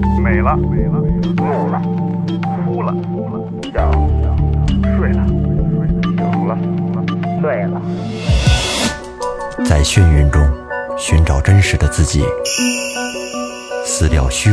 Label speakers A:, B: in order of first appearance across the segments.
A: 了，怒了，哭了，笑了，睡了，醒了，醉了。
B: 在眩晕中寻找真实的自己，撕掉虚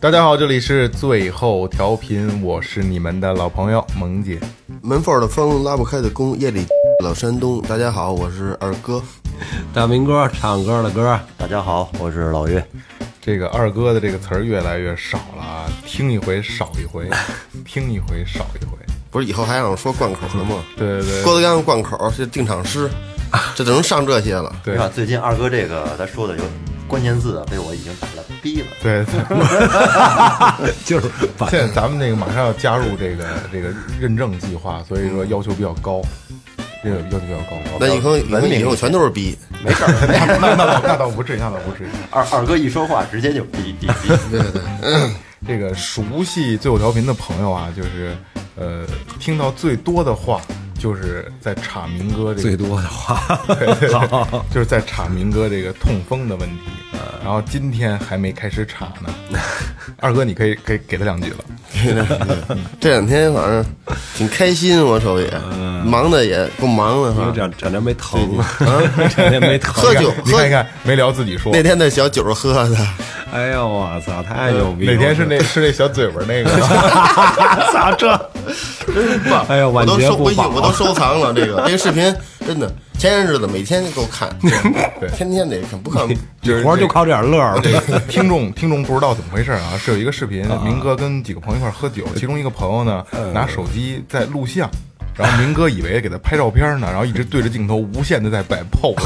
C: 大家好，这里是最后调频，我是你们的老朋友萌姐。
D: 门缝儿的风，拉不开的弓，夜里老山东。大家好，我是二哥。
E: 大明哥唱歌的歌，
B: 大家好，我是老岳。
C: 这个二哥的这个词儿越来越少了啊，听一回少一 回，听一回少一回。
D: 不是以后还让我说贯口的吗？
C: 对对
D: 郭
C: 对，
D: 德纲贯口是定场诗，这只能上这些了。
C: 对
F: 你看最近二哥这个他说的有关键字啊，被我已经打了逼了。
C: 对对。
E: 就是把
C: 现在咱们那个马上要加入这个这个认证计划，所以说要求比较高，这个要求比较高。
D: 那以后以
F: 文
D: 后
F: 明一
D: 以后
F: 些
D: 全都是逼，
F: 没事儿，没事儿。
C: 那那倒那倒不至于，那倒不至于。
F: 二二哥一说话直接就逼逼 逼。
C: 这个熟悉最后调频的朋友啊，就是呃，听到最多的话就是在查明哥这个
E: 最多的话，
C: 对对对，就是在查明哥这个痛风的问题。然后今天还没开始查呢，二哥你可以给给他两句了。
D: 这两天反正挺开心，我手也忙的也够忙的
E: 因为
D: 哈。
E: 这这天没疼，这天没疼
D: 喝。酒
C: 你
D: 喝
C: 看，你看，没聊自己说。
D: 那天那小酒喝的，
E: 哎呦我操，太牛逼了！
C: 哪天是那是那小嘴巴那个？
E: 咋这？哎呦，
D: 我
E: 晚
D: 都
E: 节
D: 收，
E: 不
D: 我已经
E: 保，
D: 我都收藏了这个这个视频，真的前些日子每天给我看，
C: 对
D: 天天得看，不看
C: 就是
E: 活儿就靠这点乐儿。
C: 这个听众听众不知道怎么回事儿啊，是呃有一个视频，明哥跟几个朋友一块儿喝酒，其中一个朋友呢拿手机在录像。然后明哥以为给他拍照片呢，然后一直对着镜头无限的在摆 pose，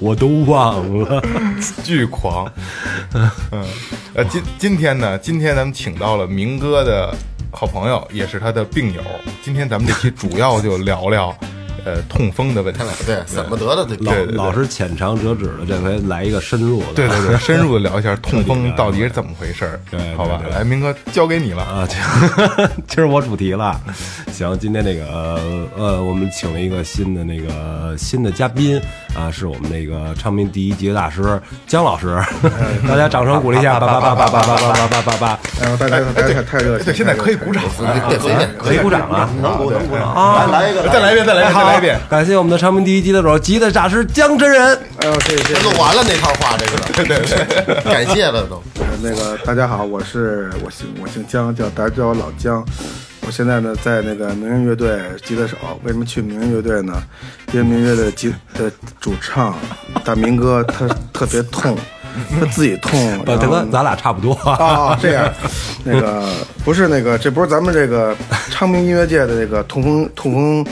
E: 我都忘了，
C: 巨狂。嗯，呃，今今天呢，今天咱们请到了明哥的好朋友，也是他的病友。今天咱们这期主要就聊聊， 呃，痛风的问题。
D: 对怎么得的这
E: 老
D: 病。
E: 老是浅尝辄止的，这回来一个深入的。
C: 对对 对，深入的聊一下痛风到底是怎么回事儿，
E: 对对
C: 好吧？
E: 对
C: 来，明哥交给你了。
E: 啊，这今儿我主题了。行，今天那个呃呃，我们请了一个新的那个新的嘉宾啊，是我们那个唱片第一级的大师姜老师，大家掌声鼓励一下，叭叭叭叭叭叭叭叭叭叭，
G: 哎呦，大家大家太热
C: 哎对，
G: 情，
C: 现在可以鼓掌了。
D: 别随便，
E: 可以鼓掌了。
F: 能鼓能鼓掌啊！来来一个，
C: 再来一遍，再来一遍，再来一遍。
E: 哎感谢我们的唱片第一级的手吉他大师姜真人，
G: 哎呦，谢谢谢谢。
D: 录完了那套话，这个对对，感谢了 都。
G: 呃那个大家好，我是我姓我姓姜，叫大家叫我老姜。我现在呢在那个名人乐队吉他手。为什么去名人乐队呢？因为名人乐队吉的主唱大明哥他特别痛，他自己痛。
E: 不，
G: 然
E: 大
G: 后
E: 哥，啊咱俩差不多。
G: 啊，这样，那个不是那个，这不是咱们这个昌平音乐界的这个痛风痛风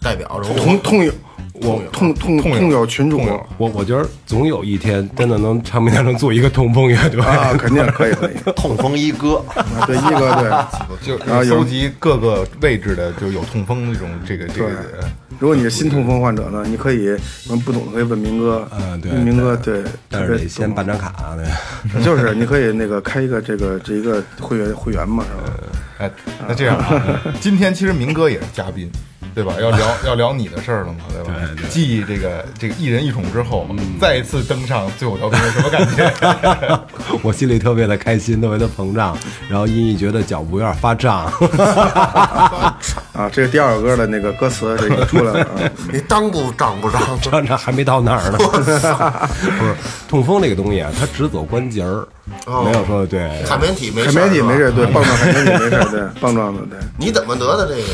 D: 代表人物
G: 痛痛友，我痛痛
C: 痛友
G: 痛友群主
C: 痛友
E: 我我觉得总有一天真的能唱片当中做一个痛风乐队。
G: 啊，肯定可以可以，
F: 痛风一哥，
G: 啊对一哥对。
C: 就
G: 啊有
C: 搜集各个位置的，就有痛风这种这个这个呃
G: 对。如果你是新痛风患者呢，你可以有什么不懂的可以问明哥。
E: 嗯对
G: 因为明哥对，
E: 但
G: 特
E: 是
G: 别
E: 得 先办张卡啊，对
G: 懂就是你可以那个开一个这个这一个会员会员嘛，是吧？
C: 哎，那这样啊， 今天其实明哥也是嘉宾，对吧？要聊要聊你的事儿了嘛，对嗯吧？继这个这个一人一宠之后，再一次登上最后调频，什么感觉？
E: 我心里特别的开心，特别的膨胀，然后隐隐觉得脚步有点发胀。
G: 啊，这个第二首歌的那个歌词这已经出来了啊。
D: 你当不长不长？
E: 这这还没到 那儿呢。 不是，痛风这个东西啊，它只走关节儿，
D: 哦
E: 没有说对。
D: 海绵体没
G: 海
D: 事儿
G: 绵体
D: 是吧
G: 没事，对，棒状海绵体没事，对，棒状的对。
D: 你怎么得的这个？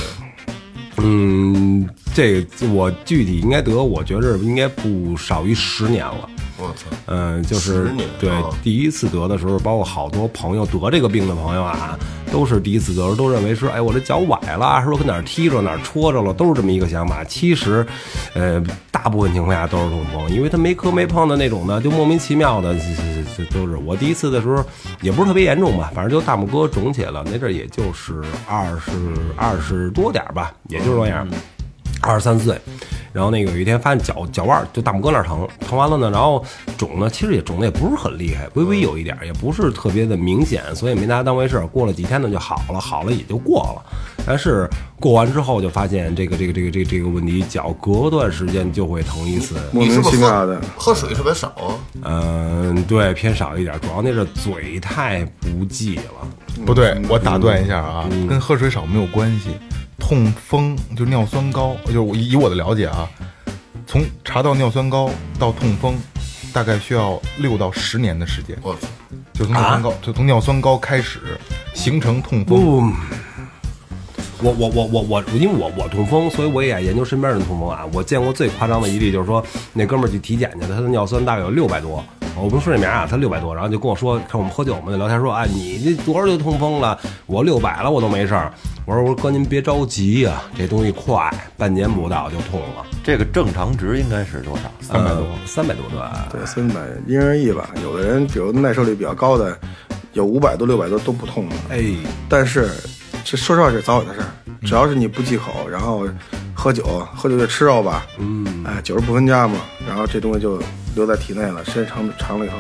E: 嗯，这个我具体应该得，我觉着应该不少于十年了。
D: 我操，
E: 嗯，就是
D: 10年
E: 对
D: 啊
E: 第一次得的时候，包括好多朋友得这个病的朋友啊，都是第一次得的时候都认为是，哎，我这脚崴了，是不是跟哪儿踢着哪儿戳着了，都是这么一个想法。其实，呃，大部分情况下都是痛风，因为他没磕没碰的那种的，就莫名其妙的，这这这都是。我第一次的时候也不是特别严重吧，反正就大拇哥肿起来了，那阵儿也就是二十二十多点儿吧，也就是那样。二十三岁，然后那个有一天发现脚脚腕儿就大拇哥那儿疼，疼完了呢，然后肿呢，其实也肿的也不是很厉害，微微有一点儿，也不是特别的明显，所以没拿它当回事儿。过了几天呢就好了，好了也就过了。但是过完之后就发现这个这个这个这个这个问题，脚隔段时间就会疼一次。
G: 莫
D: 你是
G: 名
D: 不
G: 其
D: 是
G: 妙的
D: 喝。喝水特别少啊？
E: 嗯，对，偏少一点儿，主要那是嘴太不济了。
C: 不对，我打断一下啊，跟喝水少没有关系。痛风就尿酸高，就是我以以我的了解啊，从查到尿酸高到痛风，大概需要六到十年的时间，
D: 我操，
C: 就从尿酸高、就从尿酸高开始形成痛风。
E: 不，嗯我我我我我，因为我我痛风，所以我也研究身边人痛风啊。我见过最夸张的一例就是说，那哥们儿去体检去了，他的尿酸大概有六百多。我不说这名儿啊，他六百多，然后就跟我说，看我们喝酒嘛，就聊天说，啊，你这多少就痛风了？我六百了，我都没事儿。我说我说哥您别着急呀、这东西快，半年不到就痛了，
F: 这个正常值应该是多少？
E: 三百多，三百多对。
G: 对，三百因人而异吧。有的人，比如耐受力比较高的，有五百多、六百多都不痛的。
E: 哎，
G: 但是这说实话是早晚的事儿，
E: 嗯
G: 只要是你不忌口，然后喝酒，喝酒就吃肉吧，嗯，哎，酒是不分家嘛，然后这东西就留在体内了，时间长长了以后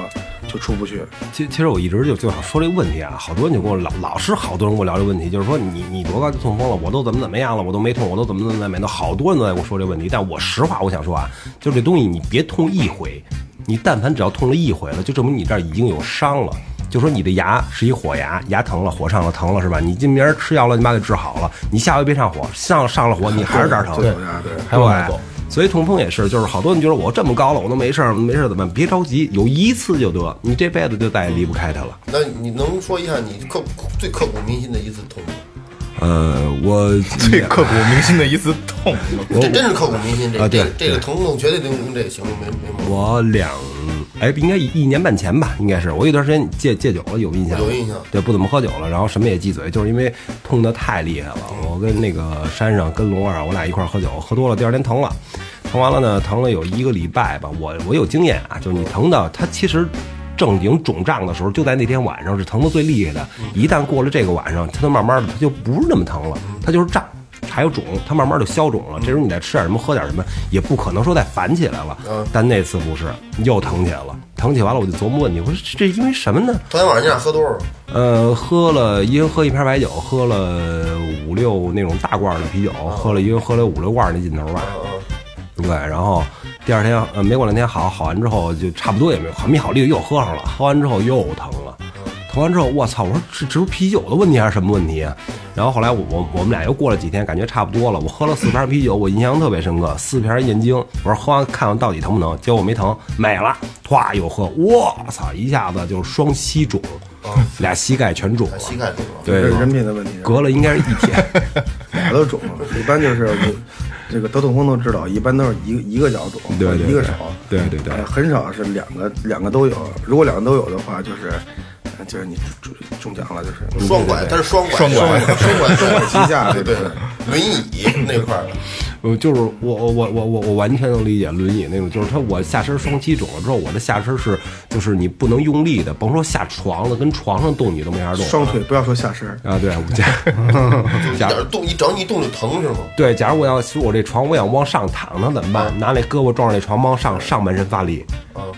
G: 就出不去。
E: 其其实我一直就就想说这个问题啊，好多人就跟我老老是好多人跟我聊这个问题，就是说你你多高就痛风了，我都怎么怎么样了，我都没痛，我都怎么怎么怎么样，好多人都在跟我说这个问题。但我实话我想说啊，就是这东西你别痛一回，你但凡只要痛了一回了，就证明你这儿已经有伤了。就说你的牙是一火牙，牙疼了，火上了，疼了是吧？你今明儿吃药了，你妈给治好了，你下回别上火，上上了火你还是这儿疼，
G: 对对
E: 还有哎，所以痛风也是，就是好多人觉得我这么高了，我都没事儿，没事儿怎么办？别着急，有一次就得，你这辈子就再也离不开它了。
D: 那你能说一下你刻最刻骨铭心的一次痛吗？
E: 呃，我
C: 最刻骨铭心的一次痛，
D: 这真是刻骨铭心，这
E: 啊对
D: 这这个疼痛绝对能用这个形容没没毛病。
E: 我两哎，应该一年半前吧，应该是我有段时间戒戒酒了，有印象，
D: 有印象
E: 对，不怎么喝酒了，然后什么也忌嘴，就是因为痛的太厉害了。我跟那个山上跟龙二，我俩一块儿喝酒，喝多了，第二天疼了，疼完了呢，疼了有一个礼拜吧。我我有经验啊，就是你疼到它其实。正经肿胀的时候，就在那天晚上是疼的最厉害的。一旦过了这个晚上，它就慢慢的，它就不是那么疼了，它就是胀，还有肿，它慢慢就消肿了。这时候你再吃点什么，喝点什么，也不可能说再反起来了。但那次不是，又疼起来了。疼起来完了，我就琢磨问题，我说这这因为什么呢？
D: 昨天晚上你俩喝多少？
E: 呃，喝了一人喝一瓶白酒，喝了五六那种大罐儿的啤酒，喝了一人喝了五六罐儿那劲头吧。对，然后第二天呃没过两天好，好完之后就差不多也没好没好利又喝上了，喝完之后又疼了，疼完之后我操，我说这这是啤酒的问题还是什么问题啊？然后后来我我我们俩又过了几天，感觉差不多了，我喝了四瓶啤酒，我印象特别深刻，四瓶燕京，我说喝完看看到底疼不疼，结果没疼，美了，唰又喝，我操，一下子就是双膝肿，俩膝盖全肿了，
D: 哦啊膝盖肿了。
E: 对
G: 这是人品的问题，
E: 隔了应该是一 天。
G: 哪都肿，啊一般就是这个得痛风都知道，一般都是一个一个脚肿，
E: 对对对
G: 一个手，
E: 对对对
G: 呃很少是两个两个都有。如果两个都有的话，就是呃就是你中中奖了， 就是
D: 双拐，它是双拐，
C: 双拐
D: 双拐，双拐
G: 膝下
D: 对对，对轮椅那块儿的，
E: 我呃就是我我我我我我完全能理解轮椅那种，就是他我下身双膝肿了之后，我的下身是就是你不能用力的，甭说下床了，跟床上动你都没法动。
G: 双腿不要说下身，
E: 啊，对，我假
D: 一
E: 假
D: 点儿动，一只要你一动就疼是吗？
E: 对，假如我要其实我这床我想往上躺，它怎么
D: 嗯
E: 办？拿那胳膊撞上那床，往上上半身发力，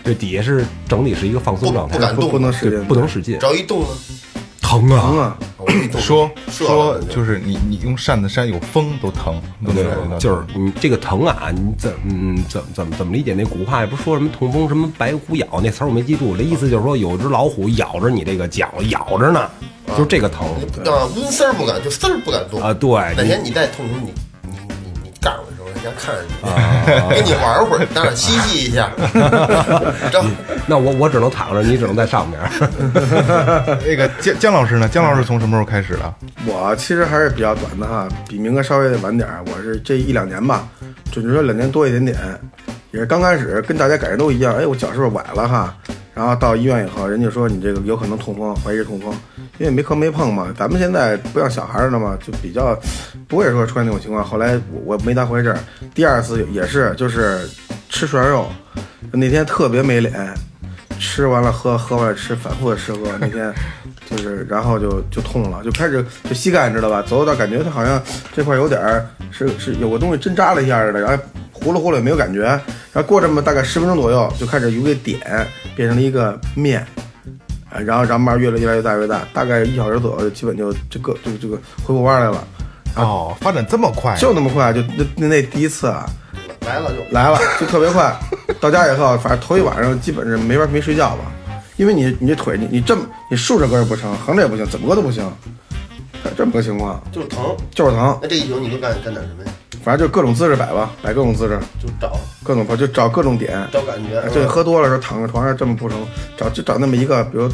E: 对，底下是整体是一个放松状态，
D: 不敢动
G: 不不能使
E: 对
G: 劲，
E: 不能使劲
D: 只，要一动呢，嗯
E: 疼
G: 疼
E: 啊，
G: 啊！
D: 我一动
C: 说
D: 射
C: 说
D: 了
C: 就是你你用扇子扇有风都疼，都能感觉到
E: 就是你这个疼啊，你怎嗯怎怎么怎么理解那古话？也不是说什么痛风什么白虎咬那词儿我没记住，这意思就是说有只老虎咬着你这个脚，咬着呢，就是这个疼
D: 啊，温丝儿不敢，就丝儿不敢动
E: 啊。对，
D: 哪
E: 你
D: 天你再痛时候，你你你你干我的时候，人家看着你，跟你玩会儿，当然嬉戏一下。这
E: 那我我只能躺着，你只能在上面。
C: 那个姜姜老师呢？姜老师从什么时候开始的？
G: 我其实还是比较短的哈，比明哥稍微晚点儿，我是这一两年吧，准确说两年多一点点，也是刚开始跟大家感觉都一样，哎，我脚是不是崴了哈？然后到医院以后，人家说你这个有可能痛风，怀疑是痛风，因为没磕没碰嘛。咱们现在不像小孩儿了嘛，就比较不会说出现那种情况。后来我我没当回事儿，第二次也是就是吃涮肉，那天特别没脸，吃完了喝，喝完了吃，反复的吃喝。那天就是，然后就就痛了，就开始就膝盖，你知道吧？走走到感觉它好像这块有点儿是是有个东西针扎了一下似的，然后糊了糊了也没有感觉。然后过这么大概十分钟左右，就开始由一个点变成了一个面，啊然后然后慢慢越来越来越大越大，大概一小时左右，基本就这个这个这个回过弯来了，
C: 哦，发展这么快，
G: 就那么快，就那那那第一次啊。
F: 哎来了就
G: 来了，就特别快。 到家以后，反正头一晚上基本上没法没睡觉吧，因为你你这腿你你这么你竖着搁着不成，横着也不行，怎么搁都不行，这么个情况
F: 就是疼。
G: 就是疼，
F: 那这一宿你都干干点什么呀？
G: 反正就各种姿势摆吧，摆各种姿势，
F: 就找
G: 各种就找各种点，哎
F: 找感觉。嗯
G: 对，
F: 是吧
G: 喝多了时候躺在床上这么不成，找就找那么一个，比如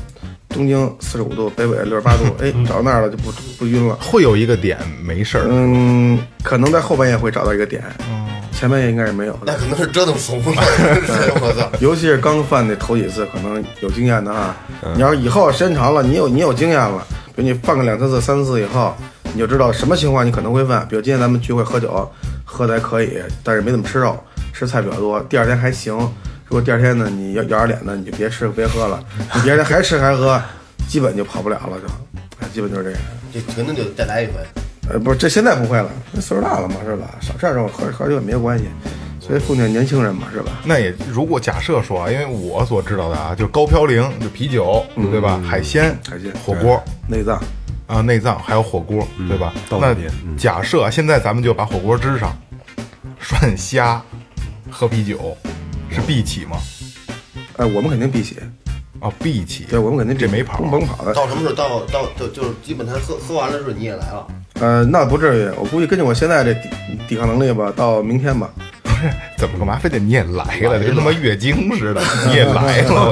G: 东经四十五度，北纬六十八 度，哎，
F: 嗯
G: 找那儿了就不不晕了。
C: 会有一个点没事儿，
G: 嗯，可能在后半夜会找到一个点，
F: 嗯
G: 前半夜应该是没有的
D: 那。可能是折腾怂了，是我操！
G: 尤其是刚犯那头几次，可能有经验的啊。
C: 嗯
G: 你要是以后时间长了，你有你有经验了，比如你犯个两三次、三次以后，你就知道什么情况你可能会犯。比如今天咱们聚会喝酒，喝的还可以，但是没怎么吃肉，吃菜比较多。第二天还行，如果第二天呢你要咬着脸呢，你就别吃别喝了。你第二天还吃还喝，基本就跑不了了，就，基本就是这样。
F: 这肯定得再来一回。
G: 呃，不是，这现在不会了，那岁数大了嘛，是吧？少吃点肉，喝喝酒也没有关系。所以奉劝年轻人嘛，是吧？
C: 那也如果假设说啊，因为我所知道的啊，就是高嘌呤，就啤酒，对吧？嗯海鲜、
G: 海鲜
C: 火锅
G: 内脏。
C: 啊，内脏还有火锅，
G: 嗯
C: 对吧？
E: 豆
C: 那
E: 腐皮
C: 假设啊现在咱们就把火锅支上，涮虾，喝啤酒，是必起吗？
G: 哎，我们肯定避血，
C: 啊，必起。
G: 对，我们肯定避
C: 这没跑啊
G: 不甭跑的。
F: 到什么时候？到到就就是基本他喝喝完了之后你也来了，
G: 呃，那不至于，我估计根据我现在这抵抵抗能力吧，到明天吧。
C: 不是怎么干嘛？非得你也来了，跟他妈月经似的，你 也来了。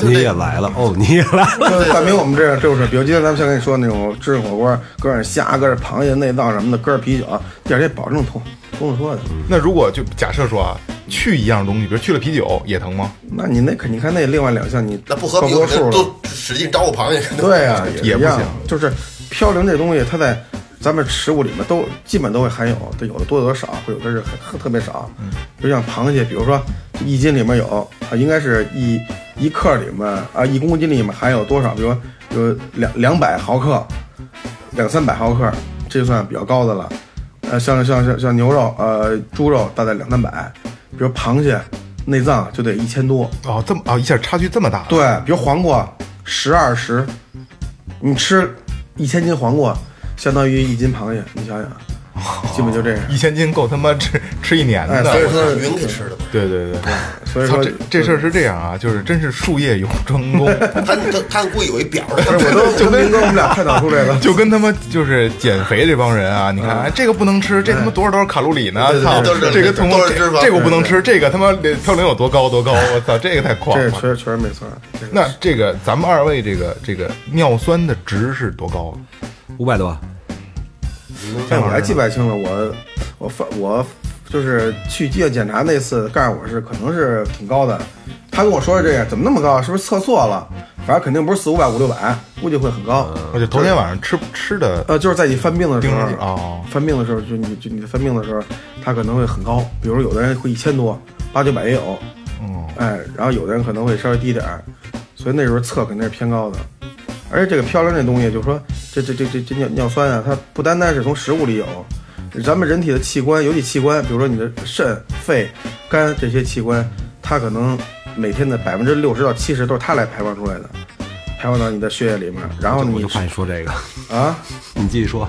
E: 你也来了哦，你也来了，
G: 就是大明，我们这样就是，比如今天咱们像跟你说那种吃火锅，搁点虾，搁点螃蟹、内脏什么的，搁点啤酒，第二天保证痛，不用说的。
C: 那如果就假设说啊，去一样东西，比如去了啤酒也疼吗？
G: 那你那肯，你看那另外两项，你
D: 那不喝
G: 报
D: 啤
G: 过
D: 酒
G: 数
D: 人
G: 了。
D: 都使劲找我螃蟹，
G: 对啊呀、
C: 也
G: 一
C: 不
G: 样
C: 行，
G: 就是嘌呤这东西，它在咱们食物里面都基本都会含有，它有的多有的少，会有的是很特别少。就像螃蟹，比如说一斤里面有啊，应该是一一克里面啊，一公斤里面含有多少？比如说有两两百毫克，两三百毫克，这就算比较高的了。呃，像像像像牛肉，呃，猪肉大概两三百，比如螃蟹内脏就得一千多。
C: 哦，这么啊、一下差距这么大。
G: 对，比如黄瓜十二十，你吃一千斤黄瓜，相当于一斤螃蟹，你想想，基本就这样。
C: 一千斤够他妈吃吃一年
G: 哎
C: 的。
G: 所以说
D: 云给吃的。
C: 对对对，
G: 所以
C: 操
G: 说
C: 这这事儿是这样啊，就是真是术业有专 攻，，
D: 他他他估计有一表儿，
G: 不是我都就明哥我们俩探讨出这个
C: 就跟他妈就是减肥这帮人啊，你看哎这个不能吃，这他妈多少多少卡路里呢？
D: 嗯对对
C: 操
D: 对都是，
C: 这个痛风
D: 都是脂肪
C: 这这个我不能吃，这个他妈嘌呤有多高多高，我 操，这个太狂
G: 这
C: 了
G: 确。实确实没错。啊这个
C: 那这个咱们二位这个这个尿酸的值是多高
D: 嗯
C: 啊？
E: 五百多，
C: 哦
G: 但我还记不太清了，我我发我就是去医院检查那次，告诉我是可能是挺高的。他跟我说是这样，怎么那么高？是不是测错了？反正肯定不是四五百五六百，估计会很高。
C: 而且头天晚上吃吃的
G: 呃，就是在你犯病的时候
C: 盯着哦
G: 犯病的时候就你就你犯病的时候，它可能会很高，比如有的人会一千多，八九百也有，
C: 哦，
G: 哎，然后有的人可能会稍微低点儿，所以那时候测肯定是偏高的。而且这个嘌呤这东西，就是说这这这这这尿尿酸啊，它不单单是从食物里有，咱们人体的器官，尤其器官，比如说你的肾、肺、肝这些器官，它可能每天的百分之六十到七十都是它来排放出来的，排放到你的血液里面，然后
E: 我
G: 你
E: 就怕你说这个，
G: 啊。
E: 你继续说。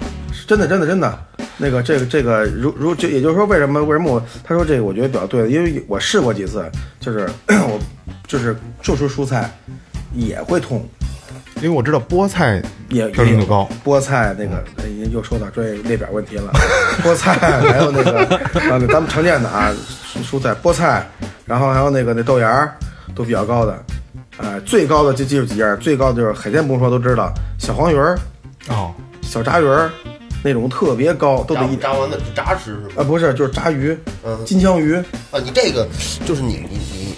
G: 真的，真的，真的，那个，这个，这个，如如就也就是说，为什么为什么我他说这个，我觉得比较对的，因为我试过几次，就是 我就是就吃蔬菜也会痛，
C: 因为我知道菠菜
G: 也
C: 嘌呤就高，。
G: 也菠菜那个，哎又说到专业列表问题了。 菠菜还有那个，啊，咱们常见的啊，蔬蔬菜、菠菜，然后还有那个那豆芽儿都比较高的。呃，最高的就记住几样，最高的就是海鲜不用说都知道，小黄鱼儿、
C: 哦，
G: 小炸鱼儿、那种特别高，都得
D: 炸
G: 一
D: 炸完的炸吃是
G: 啊
D: 吗？
G: 不是就是炸鱼
D: 嗯，
G: 金枪鱼，
D: 啊，你这个就是你你你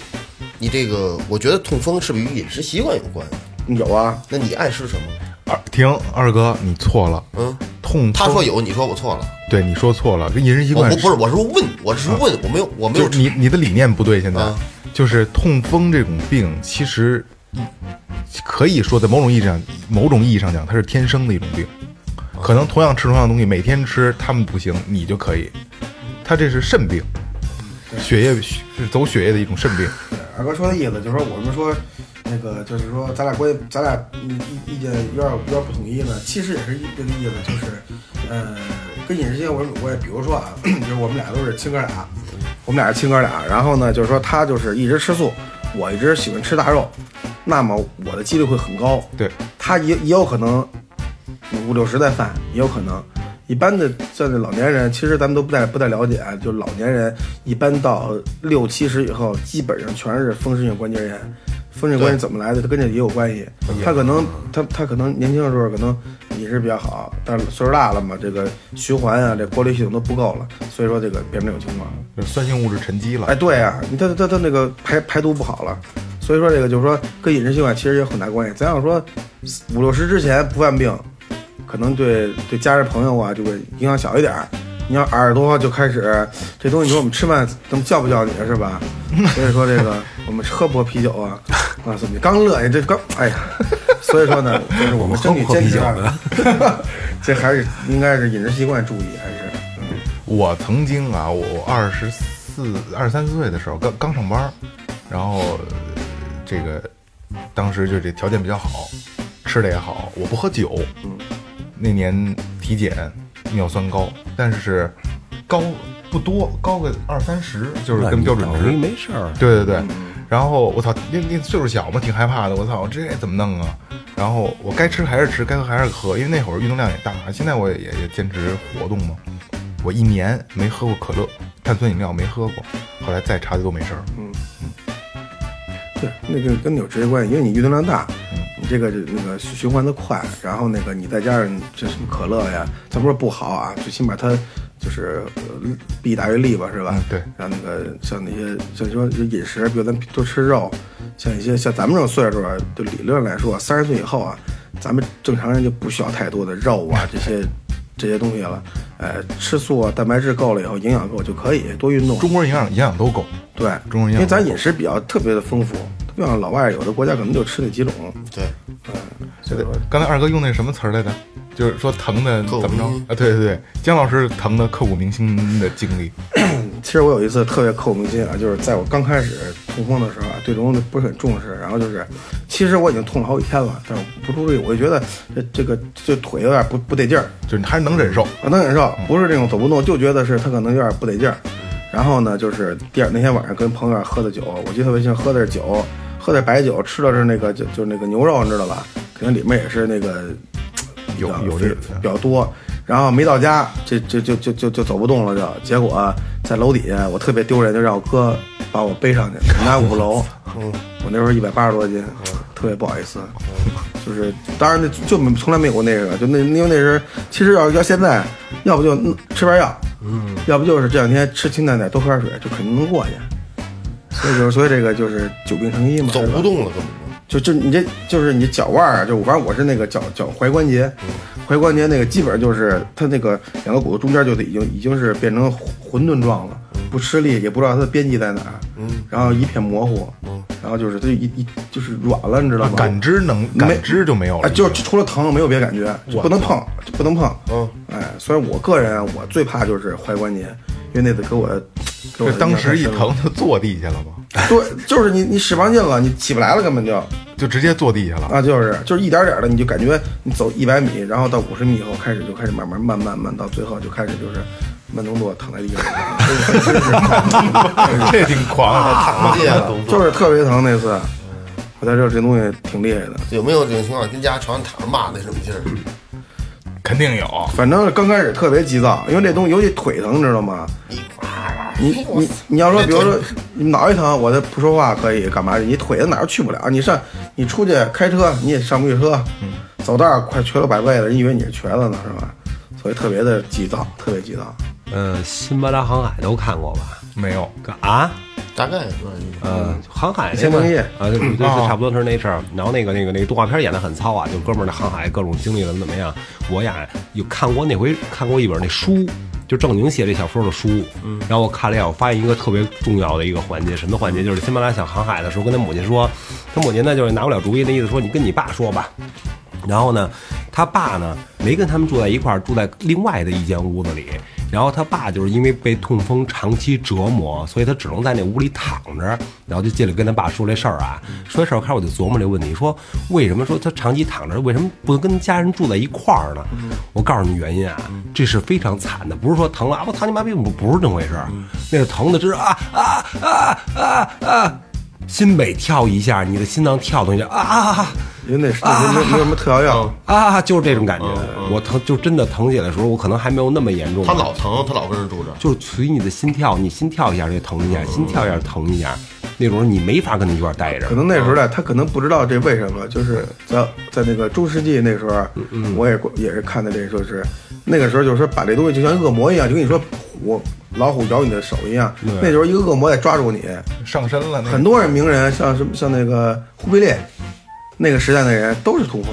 D: 你这个，我觉得痛风是不是与饮食习惯有关？
G: 有啊，
D: 那你爱吃什么？
C: 二啊停，二哥你错了，
D: 嗯，
C: 痛风
D: 他说，有，你说我错了。
C: 对你说错了，跟饮食习
D: 我
C: 惯
D: 不不是，我是问，我是
G: 啊
D: 问，我没有，我没有
C: 就是你你的理念不对，现在、
D: 啊
C: 就是痛风这种病，其实嗯可以说在某种意义上，某种意义上讲，它是天生的一种病。可能同样吃同样的东西，每天吃他们不行，你就可以。它这是肾病，血液血是走血液的一种肾病。
G: 二哥说的意思就是说，我们说那个就是说，咱俩关系，咱俩意意意见有点有点不统一呢，其实也是这个意思，就是呃，跟饮食习惯我我也比如说啊， 就是我们俩都是亲哥俩，我们俩是亲哥俩，然后呢，就是说他就是一直吃素，我一直喜欢吃大肉，那么我的几率会很高，
C: 对，
G: 他也也有可能五六十再犯，也有可能。一般的像这老年人，其实咱们都不太不太了解啊，就老年人一般到六七十以后，基本上全是风湿性关节炎。风湿性关节怎么来的？它跟这也有关系。他可能他他可能年轻的时候可能饮食比较好，但是岁数大了嘛，这个循环啊，这过滤系统都不够了，所以说这个变成这种情况。
C: 就是酸性物质沉积了。
G: 哎，对啊，你他他他那个排排毒不好了，所以说这个就是说跟饮食习惯其实有很大关系。咱要说五六十之前不犯病，可能对对家人朋友啊就会影响小一点儿。你要耳朵就开始这东西，你说我们吃饭怎么叫不叫你啊是吧？所以说这 个我们喝不喝啤酒啊？啊，怎么刚乐你这刚哎呀，所以说呢，就是我们争取坚持啊， 这还是应该是饮食习惯注意还是。
C: 我曾经啊，我我二十四、二十三四岁的时候，刚刚上班儿，然后呃这个当时就这条件比较好，吃的也好，我不喝酒。那年体检尿酸高，但是高不多，高个二三十，就是跟标准值。
E: 等于没事儿。
C: 对对对，然后我操，那那岁数小嘛，挺害怕的。我操，这怎么弄啊？然后我该吃还是吃，该喝还是喝，因为那会儿运动量也大，现在我也也也坚持活动嘛。我一年没喝过可乐，碳酸饮料没喝过，后来再查就都没事儿。
G: 对，那个跟你有直接关系，因为你运动量大，你这个那个循环的快，然后那个你再加上这什么可乐呀，咱不是不好啊，最起码它就是呃弊大于利吧，是吧？
C: 嗯对
G: 然后那个像那些像你说饮食，比如咱多吃肉，像一些像咱们这种岁数啊，就理论来说，三十岁以后啊，咱们正常人就不需要太多的肉啊这些这些东西了。呃，吃素啊，蛋白质够了以后，营养够就可以多运动。
C: 中国人营养营养都够，
G: 对，
C: 中国人
G: 因为咱
C: 养
G: 饮食比较特别的丰富，不像老外有的国家可能就吃那几种。
D: 对，
C: 对对刚才二哥用那什么词儿来着？就是说疼的
D: 刻骨
C: 怎么着
D: 铭心
C: 啊？对对对，姜老师疼的刻骨铭心的经历，
G: 其实我有一次特别刻骨铭心啊，就是在我刚开始痛风的时候啊，对这东西不是很重视，然后就是，其实我已经痛了好几天了，但是我不注意，我就觉得这这个这腿有点不不得劲儿，
C: 就是你还是能忍受。
G: 我能忍受，不是那种走不动，就觉得是他可能有点不得劲儿。然后呢，就是第二那天晚上跟朋友喝的酒，我记得特别清，喝的是酒，喝的是白酒，吃的是那个就就是那个牛肉，你知道吧？可能里面也是那个
C: 有
G: 比较
C: 有这个
G: 比较多。然后没到家，这这就就就就走不动了就。结果、在楼底下，我特别丢人，就让我哥把我背上去，我们家 五楼。嗯，我那时候一百八十多斤，特别不好意思。就是当然那就没从来没有过那个，就那因为那时候其实要要现在，要不就嗯吃片药，嗯，要不就是这两天吃清淡点，多喝点水，就肯定能过去。所以就是所以这个就是久病成医嘛，
D: 走
G: 是吧
D: 不动了，根本
G: 就就你这就是你脚腕儿啊，就反正我是那个脚脚踝关节，踝关节那个基本上就是它那个两个骨头中间就是已经已经是变成混沌状了，不吃力，也不知道它的边际在哪儿，然后一片模糊，然后就是它就一一就是软了，你知道吗？
C: 啊感知能
G: 没
C: 感知就没有
G: 啊，
C: 了，
G: 就除了疼没有别的感觉，就不能碰，就不能碰。嗯，哎，所以我个人啊我最怕就是踝关节，因为那次给我给
C: 这
G: 我
C: 当时一
G: 印象太深了
C: 疼，就坐地下了吗？
G: 对，就是你你使不上劲了，你起不来了，根本就
C: 就直接坐地下了。
G: 啊，就是就是一点点的，你就感觉你走一百米，然后到五十米以后开始就开始慢慢慢慢慢到最后就开始就是慢动作躺在地上，真是
C: 这挺狂啊！
D: 躺地下了。
G: 就是特别疼那次。我才知道这东西挺厉害的，
D: 有没有这种情况？跟家床上躺着骂那什么劲儿？
C: 肯定有。
G: 反正刚开始特别急躁，因为这东西尤其腿疼，你知道吗？
D: 你哎
G: 你你你要说，比 如说你脑袋疼，我这不说话可以干嘛？你腿哪儿去不了？你上你出去开车你也上不去车，走道儿快瘸了百倍了，人以为你是瘸子呢是吧？所以特别的急躁，特别急躁。
E: 呃，《辛巴达航海》都看过吧？
C: 没有，
E: 干啊？
D: 大概多少啊一个？
E: 呃，航海那
G: 先
E: 个
G: 更衣
E: 啊，对对，对差不多是那事儿。然后那个那个那个动画片演的很糙啊，就哥们儿那航海各种经历怎么怎么样。我呀有看过那回看过一本那书，就正经写这小说的书。嗯，然后我看了一下，我发现一个特别重要的一个环节，什么环节？就是辛巴拉想航海的时候，跟他母亲说，他母亲呢就是拿不了主意，那意思说你跟你爸说吧。然后呢，他爸呢没跟他们住在一块儿，住在另外的一间屋子里。然后他爸就是因为被痛风长期折磨，所以他只能在那屋里躺着。然后就进来跟他爸说这事儿啊，说这事儿开始我就琢磨这问题，说为什么说他长期躺着，为什么不跟家人住在一块儿呢？我告诉你原因啊，这是非常惨的，不是说疼了啊，我操你妈逼，不不是这么回事儿，啊那是疼的，这是啊啊啊啊啊，心每跳一下，你的心脏跳动一下啊啊啊！
G: 因为那时那时候没没有什么特效药，
E: 啊，就是这种感觉。我疼，就真的疼起来的时候，我可能还没有那么严重。
D: 他老疼，他老跟人住着。
E: 就是随你的心跳，你心跳一下就疼一下，心跳一下疼一下，那种你没法跟他一块儿待着
G: 可。能那时候呢，他可能不知道这为什么，就是在在那个中世纪那时候，我也过也是看的这，就是那个时候就是说把这东西就像恶魔一样，就跟你说我老虎咬你的手一样，那时候一个恶魔在抓住你，
C: 上身了，那
G: 很多人名人像什么像那个忽必烈，那个时代的人都是痛风，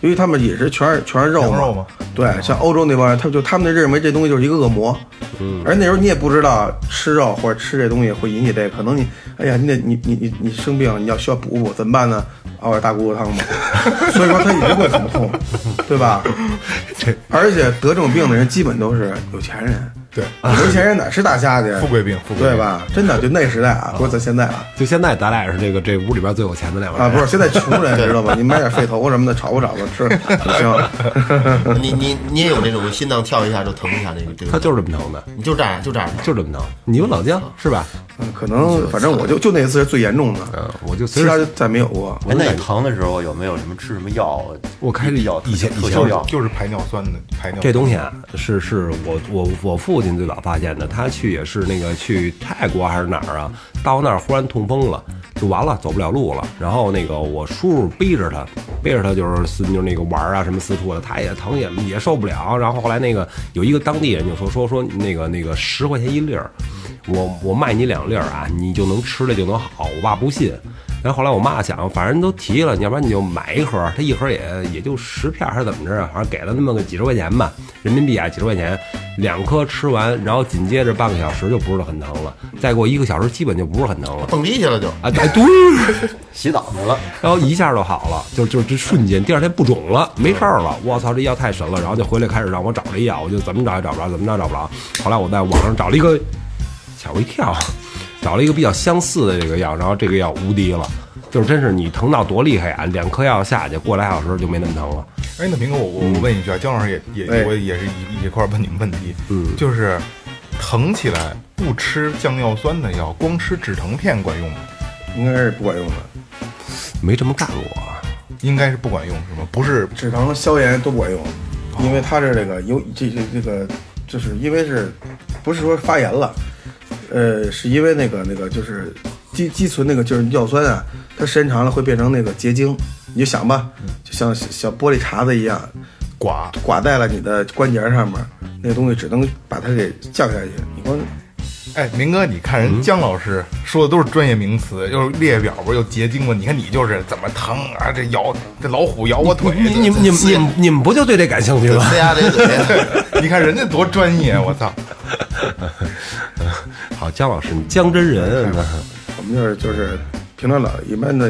G: 由于他们也是全是全是肉嘛，
C: 羊肉嘛嗯
G: 对，像欧洲那帮人，他们就他们认为这东西就是一个恶魔，嗯，而那时候你也不知道吃肉或者吃这东西会引起这个，可能你哎呀，你得你你你你生病，你要需要补补，怎么办呢？熬点大骨头汤 吧，所以说他一直会很痛，对吧？而且得这种病的人基本都是有钱人，
C: 对，
G: 有钱人哪吃大虾去？
C: 富贵病富贵病
G: 对吧？真的，就那时代啊，不是咱现在啊，
E: 就现在咱俩是这个这屋里边最有钱的两个
G: 啊，
E: 人。
G: 不是，现在穷人知道吧？你买点肺头什么的，炒吧炒吧 吃，行。
D: 你你你也有那种心脏跳一下就疼一下这个这个，
E: 他就是这么疼的，
D: 你就这样就这样疼。
E: 就是这么疼。你有老姜是吧？
G: 嗯可能反正我就就那一次是最严重的，
E: 我就
G: 其
E: 随
G: 他就
E: 时
G: 再没有过。
F: 哎，那你疼的时候有没有什么吃什么药？
E: 我开始
F: 比较
E: 以前以
F: 特
E: 前
F: 效
C: 就是
F: 药，
C: 就是排尿酸的排尿酸。
E: 这东西啊，是是我我我父亲最早发现的。他去也是那个去泰国还是哪儿啊？到那儿忽然痛风了，就完了，走不了路了。然后那个我叔叔背着他，背着他就是四就是那个玩儿啊什么四处的，他也疼也也受不了。然后后来那个有一个当地人就说说说那个那个十块钱一粒儿，我我卖你两粒儿啊，你就能吃了就能好。我爸不信。然后后来我妈想，反正都提了，要不然你就买一盒，它一盒也也就十片还是怎么着，啊反正给了那么个几十块钱吧，人民币啊几十块钱，两颗吃完，然后紧接着半个小时就不是很疼了，再过一个小时基本就不是很疼了。
D: 蹦迪去了就，
E: 啊，哎对，
F: 洗澡去了，
E: 然后一下就好了，就就这瞬间，第二天不肿了，没事儿了。我操，这药太神了！然后就回来开始让我找这药，我就怎么找也找不着，怎么着也找不着。后来我在网上找了一个，吓我一跳，找了一个比较相似的这个药，然后这个药无敌了，就是真是你疼到多厉害啊！两颗药下去，过俩小时就没那么疼了。
C: 哎，那明哥，我我我问一句啊，姜老师也也
G: 哎
C: 我也是一一块儿问你们问题，就是疼起来不吃降尿酸的药，光吃止疼片管用吗？
G: 应该是不管用的，
E: 没这么干过，
C: 应该是不管用是吗？不是
G: 止疼、消炎都不管用，因为它是这个有这这这个，就是因为是不是说发炎了，呃，是因为那个那个就是积积存那个就是尿酸啊，它时间长了会变成那个结晶，你就想吧，就像小小玻璃碴子一样，
C: 寡
G: 刮在了你的关节上面，那个东西只能把它给降下去。你光
C: 哎，明哥，你看人姜老师说的都是专业名词，又是列表不是又结晶吗？你看你就是怎么疼啊，这咬这老虎咬我腿，
E: 你你你你你们不就对这感兴趣吗？
D: 呲牙咧 嘴。
C: 你看人家多专业，我操！
E: 好，姜老师，你姜真人，
G: 我们就是就是平常老一般的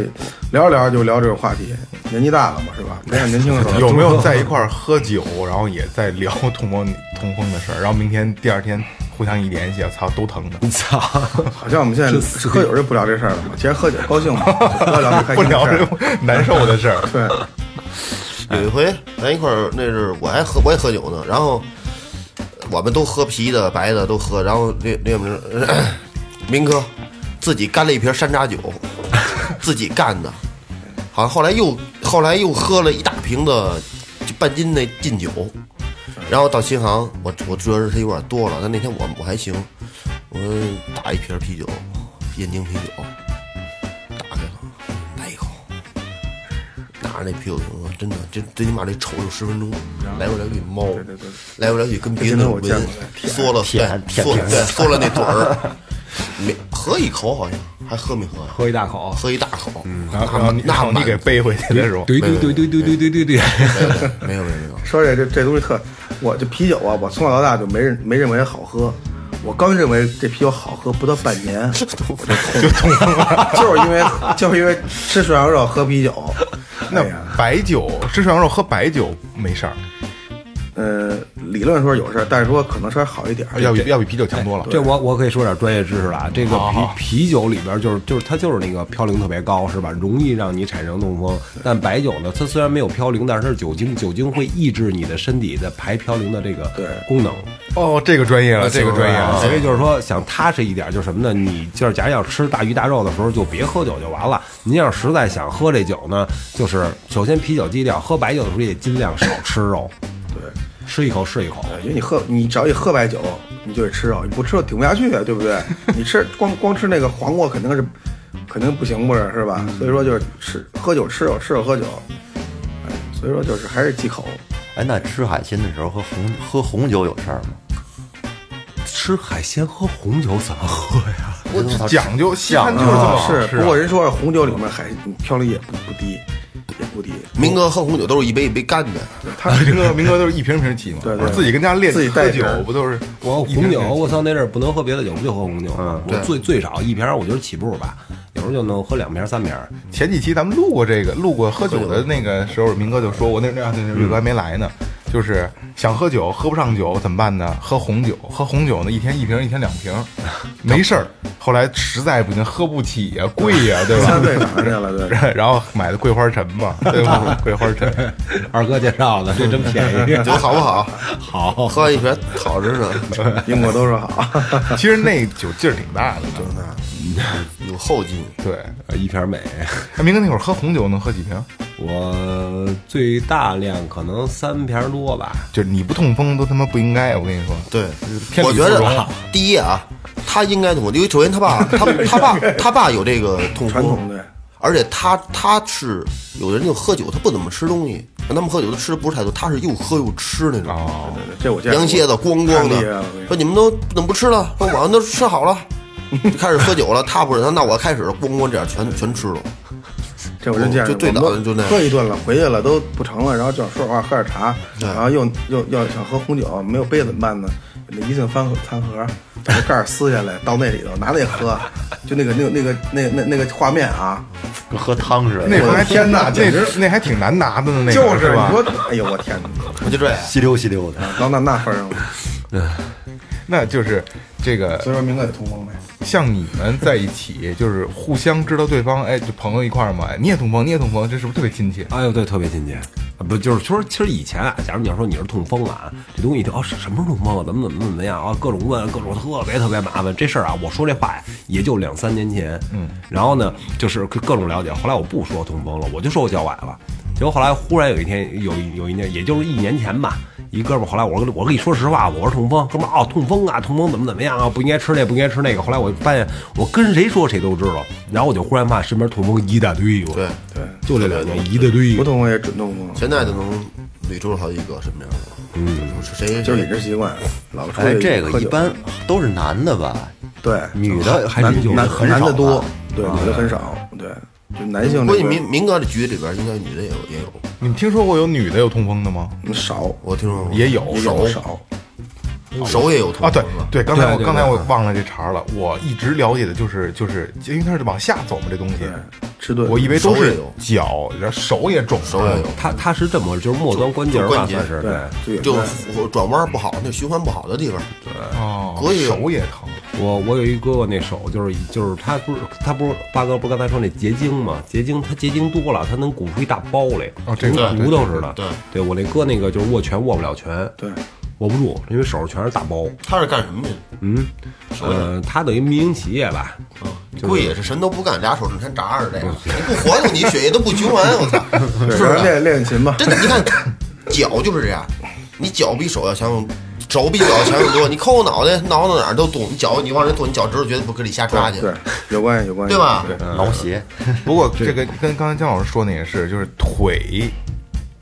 G: 聊着聊着就聊这个话题，年纪大了嘛 是吧？没像年轻的时候
C: 有没有在一块儿喝酒，然后也在聊痛 风痛风的事儿，然后明天第二天互相一联系，啊操，都疼的。
E: 你操！
G: 好像我们现在喝酒就不聊这事儿了嘛。既然喝酒高兴嘛，不要聊这开
C: 不
G: 心的
C: 聊
G: 事
C: 这
G: 儿。
C: 难受的事 儿，
G: 对，
D: 有一回咱一块儿，那是我还喝我也喝酒呢，然后我们都喝啤的、白的都喝，然后那那我们 就咳明哥自己干了一瓶山楂酒，自己干的，好像后来又后来又喝了一大瓶的就半斤那劲酒，然后到新航，我我觉得他有点多了，但那天我我还行，我打一瓶啤酒，燕京啤酒，打开了，来一口。拿着那啤酒瓶子，真的，这最起码得瞅着十分钟，来回来去猫，
G: 对对对
D: 来回来去跟别人
G: 这真的我
D: 闻
G: 见过，
D: 缩了
F: 舔
D: 对
F: 舔
D: 缩
F: 瓶子
D: 对缩了那嘴儿，没喝一口好像还喝没喝呀？
E: 喝一大口，
D: 喝一大口，
G: 嗯
C: 然后然后你
D: 那
C: 然后你
D: 满
C: 给背回去的时候，
E: 对对对对对对对对对，
D: 没有没有没有，
G: 说这这这东西特，我这啤酒啊，我从小到大就没认没认为好喝。我刚认为这啤酒好喝不到半 年，我就痛了，就是因为 就是因为吃涮羊肉喝啤酒，
C: 那
G: 哎呀
C: 白酒吃涮羊肉喝白酒没事儿，
G: 呃，理论说有事儿，但是说可能稍微好一点儿。
C: 要比要比啤酒强多了。
E: 这我我可以说点专业知识了啊。这个啤啤酒里边就是就是它就是那个嘌呤特别高，是吧？容易让你产生痛风。但白酒呢，它虽然没有嘌呤，但是它是酒精，酒精会抑制你的身体的排嘌呤的这个功能。
C: 哦，这个专业了，这个专业啊了。
E: 所以就是说想踏实一点，就是什么呢？你就是假如要吃大鱼大肉的时候，就别喝酒就完了。您要实在想喝这酒呢，就是首先啤酒基调，喝白酒的时候也尽量少吃肉，对，吃一口是一口。
G: 因为你喝，你只要一喝白酒，你就得吃哦肉，你不吃肉挺不下去啊，对不对？你吃光光吃那个黄瓜肯定是肯定不行，不是是吧？所以说就是吃喝酒吃肉，吃肉喝酒，哎，所以说就是还是忌口。
F: 哎，那吃海鲜的时候喝红喝红酒有事儿吗？
E: 吃海鲜喝红酒怎么喝呀？
C: 我这讲究西餐就是这么
G: 啊
C: 好
G: 是，
C: 吃
G: 不
C: 啊
G: 过人说红酒里面海嘌呤也不不低，也不低。
D: 明哥喝红酒都是一杯一杯干的，
G: 他
C: 明哥，明哥都是一瓶一瓶起嘛，
G: 对对对
C: 自己跟家练
G: 自己带
C: 喝
G: 瓶
C: 酒
G: 儿
C: 不都是
E: 我
C: 一瓶一
E: 红
C: 瓶
E: 酒，
C: 起
E: 我操，那阵儿不能喝别的酒，不就喝红酒吗？我最最少一瓶儿，我觉得起步吧，有时候就能喝两瓶儿三瓶儿。
C: 前几期咱们录过这个，录过喝酒的那个时候，明哥就说过，那啊那那那岳哥还没来呢，就是想喝酒喝不上酒怎么办呢？喝红酒，喝红酒呢一天一瓶，一天两 瓶，没事儿。后来实在不行喝不起呀、贵呀、对
G: 相 对
C: 吧？
G: 哪儿去 了？对，
C: 然后买的桂花陈嘛， 对吧？桂花陈，
E: 二哥介绍的，这真便宜，
D: 酒好不好？
E: 好。
D: 喝完一瓶好着呢，
G: 英国都说好。
C: 其实那酒劲儿挺大的呢。
D: 有后劲。
C: 对，
E: 呃一瓶儿美，
C: 哎明哥那会儿喝红酒能喝几瓶？
E: 我最大量可能三瓶儿多吧。
C: 就是你不痛风都他妈不应该，我跟你说。
D: 对，
C: 天
D: 我
C: 理
D: 觉
C: 不
D: 得
C: 容
D: 啊第一啊，他应该痛，因为首先他爸，他他 爸他爸有这个痛
G: 传统
D: 风
G: 对，
D: 而且他他是有的人就喝酒，他不怎么吃东西，他们喝酒都吃的不是太多，他是又喝又吃那种。
C: 哦，
G: 对对这我见过
D: 羊蝎子咣咣
G: 太厉害
D: 的
G: 了 我跟你，
D: 说你们都怎么不吃了？说晚上都吃 好了，就开始喝酒了。他不是他，那我开始咣咣这样全全吃了。
G: 这我
F: 嗯
G: 真见识
D: 就最早
G: 我们
D: 就那样
G: 喝一顿了，回去了都不成了，然后就想说话喝点茶，
F: 哎
G: 然后又又要想喝红酒，没有杯怎么办呢？那一进饭盒餐盒，把那盖儿撕下来，到那里头拿那喝，就那个那个那个那那那个画面啊，
F: 跟喝汤似的。
C: 那
G: 我
C: 还
G: 的
C: 挺
G: 天哪
C: 那
G: 简直
C: 那还挺难拿的呢，那个
G: 就是
C: 是吧？
G: 你说，哎呦我天哪， 啊
D: 我就这样，
F: 吸溜吸溜的，
G: 然后那那份儿上，
C: 那就是这
G: 所
C: 个，
G: 以说明哥也痛风呗，
C: 像你们在一起，就是互相知道对方，哎，就朋友一块儿嘛，哎你也痛风，你也痛风，这是不是特别亲切？
E: 哎呦，对，特别亲切。啊不就是说，其实以前啊，假如你要说你是痛风了啊，这东西一听哦，是什么时候痛风啊？怎么怎么怎么样啊？各种问，各种特别特别麻烦。这事儿啊，我说这话呀，也就两三年前。嗯，然后呢，就是各各种了解。后来我不说痛风了，我就说我脚崴了。结果后来忽然有一天，有一有一年，也就是一年前吧，一哥们儿后来我跟我跟你说实话，我是痛风，哥们儿哦，痛风啊，痛风怎么怎么样啊，不应该吃那，不应该吃那个。后来我发现，我跟谁说谁都知道，然后我就忽然发现身边痛风一大堆，我
D: 对，
G: 对，
E: 就这两年一大堆。
G: 不痛风也准痛风，
D: 现在就能捋出好几个什么样的。嗯，谁
G: 就是饮食习惯，老出
F: 哎，
G: 去
F: 这个
G: 喝
F: 一
G: 酒
F: 般都是男的吧？
G: 对，
F: 女的还真有
G: 男男
F: 很
G: 男
F: 少啊
G: 的
F: 吧
G: 多，对，女的很少，对，就男性
D: 估
G: 这
D: 计
G: 个
D: 明明哥的局里边应该女的也有也有，
C: 你们听说过有女的有痛风的吗？
G: 嗯少，
D: 我听说过
C: 也有
G: 也有少，
D: 手也有痛
C: 啊，对
D: 风的
C: 对，刚才
E: 对
C: 我
E: 对
C: 刚才
E: 对
C: 我忘了这茬儿了，我一直了解的就是就是，因为它是往下走嘛，这东西，
G: 吃顿
C: 我以为都
D: 手也
C: 是
D: 有
C: 脚，然后手也肿了，
D: 手也有，
E: 他他是这么就是末端关节
D: 就
E: 吧，
D: 关节
E: 算是
G: 对，就也
D: 就
G: 对
D: 我转弯不好，那循环不好的地方。
C: 哦
D: 可以有
C: 手也疼，
E: 我我有一哥哥那手就是就是他不是他不是八哥不是刚才说那结晶嘛，结晶他结晶多了，他能鼓出一大包来，
C: 哦这个
E: 跟骨头似的。
D: 对对
E: 对我那哥那个就是握拳握不了拳，
G: 对，
E: 握不住，因为手上全是大包。
D: 他是干什么的？
E: 嗯，呃，他等于民营企业吧，
D: 贵也是什么都不干，俩手整天扎着这样，你不活动，你血液都不循环，我操，
G: 对
D: 是不
G: 然
D: 是？
G: 后练练琴吧，
D: 真的，你看脚就是这样，你脚比手要强，肘比脚强很多。你扣我脑袋，挠到哪儿都堵，你脚你往人跺，你脚趾头绝对不搁里瞎抓去，
G: 对，有关系，有关系，
D: 对吧？
F: 挠鞋，
C: 不 过这个跟刚才姜老师说那也是，就是腿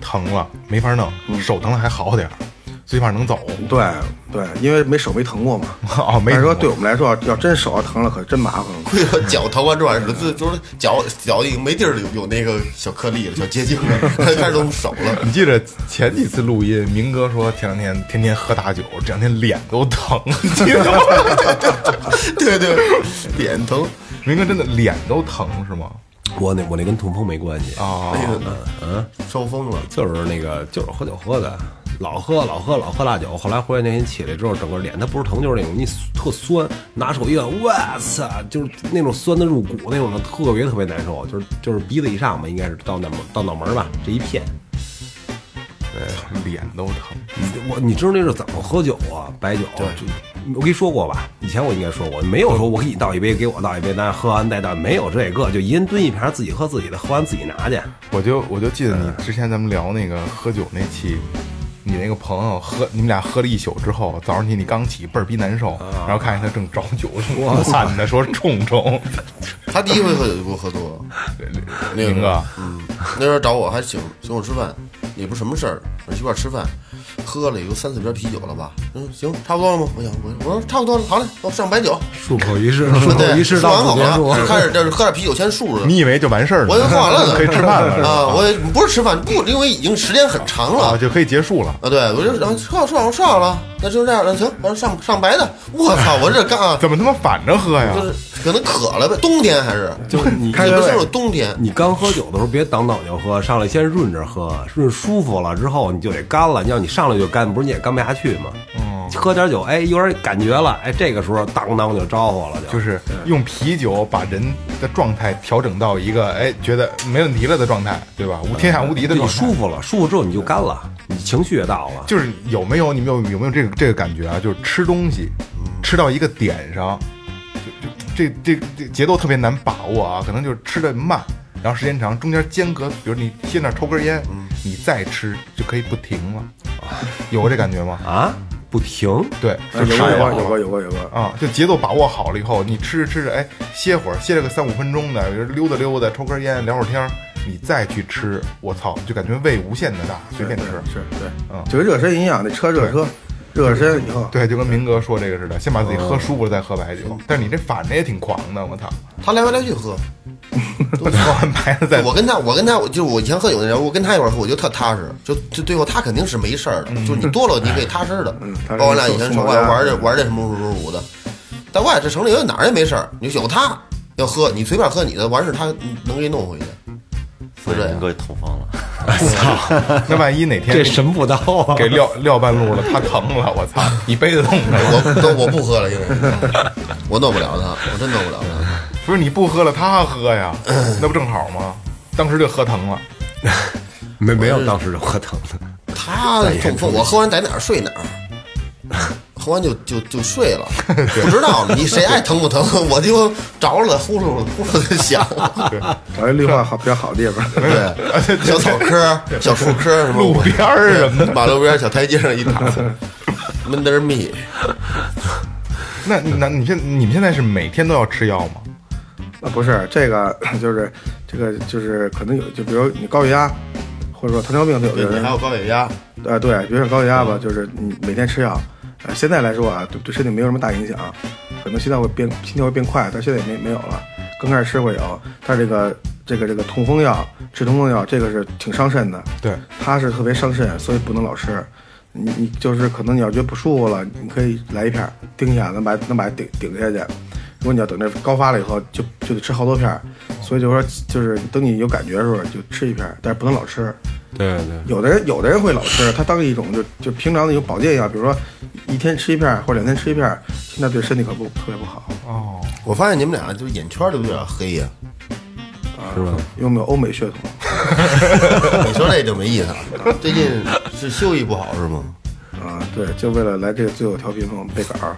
C: 疼了没法弄，手疼了还好点儿，最起码能走。
G: 对对，因为没手没疼过嘛。
C: 哦，没
G: 但是
C: 疼过
G: 说对我们来说，啊要真手要疼了，可真麻烦了。
D: 会有脚疼完之后，这就是脚脚已经没地儿有有那个小颗粒了，小结晶了，开始动手了。
C: 你记着前几次录音，明哥说前两天天天喝大酒，这两天脸都疼。你记得吗
D: 对对，脸疼。
C: 明哥真的脸都疼是吗？
E: 我那我那跟痛风没关系，
C: 啊、
D: 哎呦，受风了，
E: 就是那个就是喝酒喝的，老喝老喝老喝辣酒。后来回来那天起来之后，整个脸它不是疼就是那种你特酸，拿手一按，我操，就是那种酸的入骨那种的，特别特别难受，就是就是鼻子以上吧，应该是到脑门到脑门吧这一片。
C: 对，脸都疼。
E: 我你知道那是怎么喝酒啊？白酒，就我跟你说过吧？以前我应该说过，没有说我给你倒一杯，给我倒一杯，咱喝完再倒，没有这个，就一人蹲一瓶，自己喝自己的，喝完自己拿去。
C: 我就我就记得你之前咱们聊那个喝酒那期，你那个朋友喝，你们俩喝了一宿之后，早上起你刚起倍儿逼难受，然后看见他正找酒，我惨的说冲 冲，
D: 他第一回喝酒就给我喝多了。那个
C: 明哥，
D: 嗯，那时候找我还请请我吃饭，也不是什么事儿，我一块儿吃饭，喝了有三四瓶啤酒了吧？嗯，行，差不多了吗？我想我我说差不多了，好嘞，我上白酒，
E: 漱口一式，漱口
D: 对，
E: 一式
D: 说完好
E: 到此结束。
D: 了，就 开始这喝点啤酒先漱着。
C: 你以为就完事儿了？
D: 我已经喝完了呢，
C: 可以吃饭了是吧
D: 啊！我也不是吃饭，不，因为已经时间很长了
C: 啊，，就可以结束了。
D: 啊，对，我就然后吃好吃好吃好了，那就这样了，行，完了上上白的，我操，我这干啊，
C: 怎么他妈反着喝呀
D: 就？是可能渴了呗，冬天还是，
E: 就是你
D: 你们说是冬天，
E: 你刚喝酒的时候别挡挡就喝，上来先润着喝，润舒服了之后你就得干了。你要你上来就干，不是你也干不下去吗？嗯，喝点酒，哎，有点感觉了，哎，这个时候当当就招呼了，就
C: 就是用啤酒把人的状态调整到一个哎觉得没问题了的状态，对吧？无天下无敌的
E: 嗯对你
C: 状态。
E: 舒服了，舒服之后你就干了，你情绪也到了。
C: 就是有没有你们有有没有这个这个感觉啊？就是吃东西，
E: 嗯
C: 吃到一个点上，就就这这这节奏特别难把握啊，可能就是吃的慢，然后时间长，中间间隔，比如你先那儿抽根烟，
E: 嗯
C: 你再吃就可以不停了，有过这感觉吗？
E: 啊，不停，
C: 对，
G: 啊
C: 就
G: 有
C: 吃
G: 过
C: 饱
G: 有过
C: 了
G: 有过有过有过，
C: 啊，就节奏把握好了以后，你吃着吃着，哎，歇会儿，歇了个三五分钟的，比如溜达溜达，抽根烟，聊会儿天儿，你再去吃，我操，就感觉胃无限的大，随便吃。
G: 是
C: 嗯
G: 对，就跟热身一样，那车热车，热身以后，
C: 对，就跟明哥说这个似的，先把自己喝舒服了再喝白酒。但是你这反着也挺狂的，我操！
D: 他来回来去喝，
C: 喝完白的再
D: 我跟他，我跟他，我就我以前喝酒那人，我跟他一块儿喝，我就特踏实，就就对付他肯定是没事儿的，就是你多了你可以踏实的
G: 嗯。踏
D: 包
G: 实
D: 括我俩以前说话
G: 送送
D: 玩这
G: 送
D: 玩这哎什么什么什么的，在外这城里哪儿也没事儿，你有他要喝，你随便喝你的，完事儿他能给你弄回去。
F: 所以明哥痛风了。
C: 那万一哪天
E: 这神不刀啊！
C: 给撂撂半路了，他疼了，我操，一杯子冻着。
D: 我都我不喝了，现在我弄不了他，我真弄不了他。
C: 不是你不喝了，他喝呀，那不正好吗？当时就喝疼了，
E: 没没有当时就喝疼的，
D: 他痛风，我喝完在哪儿睡哪儿。喝完就就就睡 了，不知道你谁爱疼不疼，我就着了，呼噜呼噜的响。
G: 找一绿
C: 啊
G: 化好比较好的地方，
D: 对，小草棵、小树棵什么
C: 路边儿什么的。
D: 马路边儿小台阶上一躺，闷得儿密。
C: 那那你现你们现在是每天都要吃药吗？
G: 啊，不是这个，就是这个就是可能有，就比如你高血压，或者说糖尿病，对有
D: 对
G: 的
D: 你
G: 人
D: 还有高血压，
G: 呃，对，有点高血压吧，就是你每天吃药，呃，现在来说啊，对对身体没有什么大影响，可能心跳会变心跳会变快，但现在也没没有了。刚开始吃会有，但这个这个这个痛风药、治痛风药，这个是挺伤肾的，
C: 对，
G: 它是特别伤肾，所以不能老吃。你你就是可能你要觉得不舒服了，你可以来一片儿顶一下，能把能把它顶顶下去。如果你要等这高发了以后，就就得吃好多片儿，所以就说就是等你有感觉的时候就吃一片儿，但是不能老吃。
E: 对对，
G: 有的人有的人会老吃，他当一种就就平常的有保健药，比如说一天吃一片儿或者两天吃一片儿，现在对身体可不特别不好，
C: 哦，
D: 我发现你们俩就是眼圈儿都有点黑呀、
E: 是吧？
G: 因为我们有欧美血统，
D: 你说这就没意思了。最近是休息不好是吗？
G: 啊，对，就为了来这个最后调频我们背稿 儿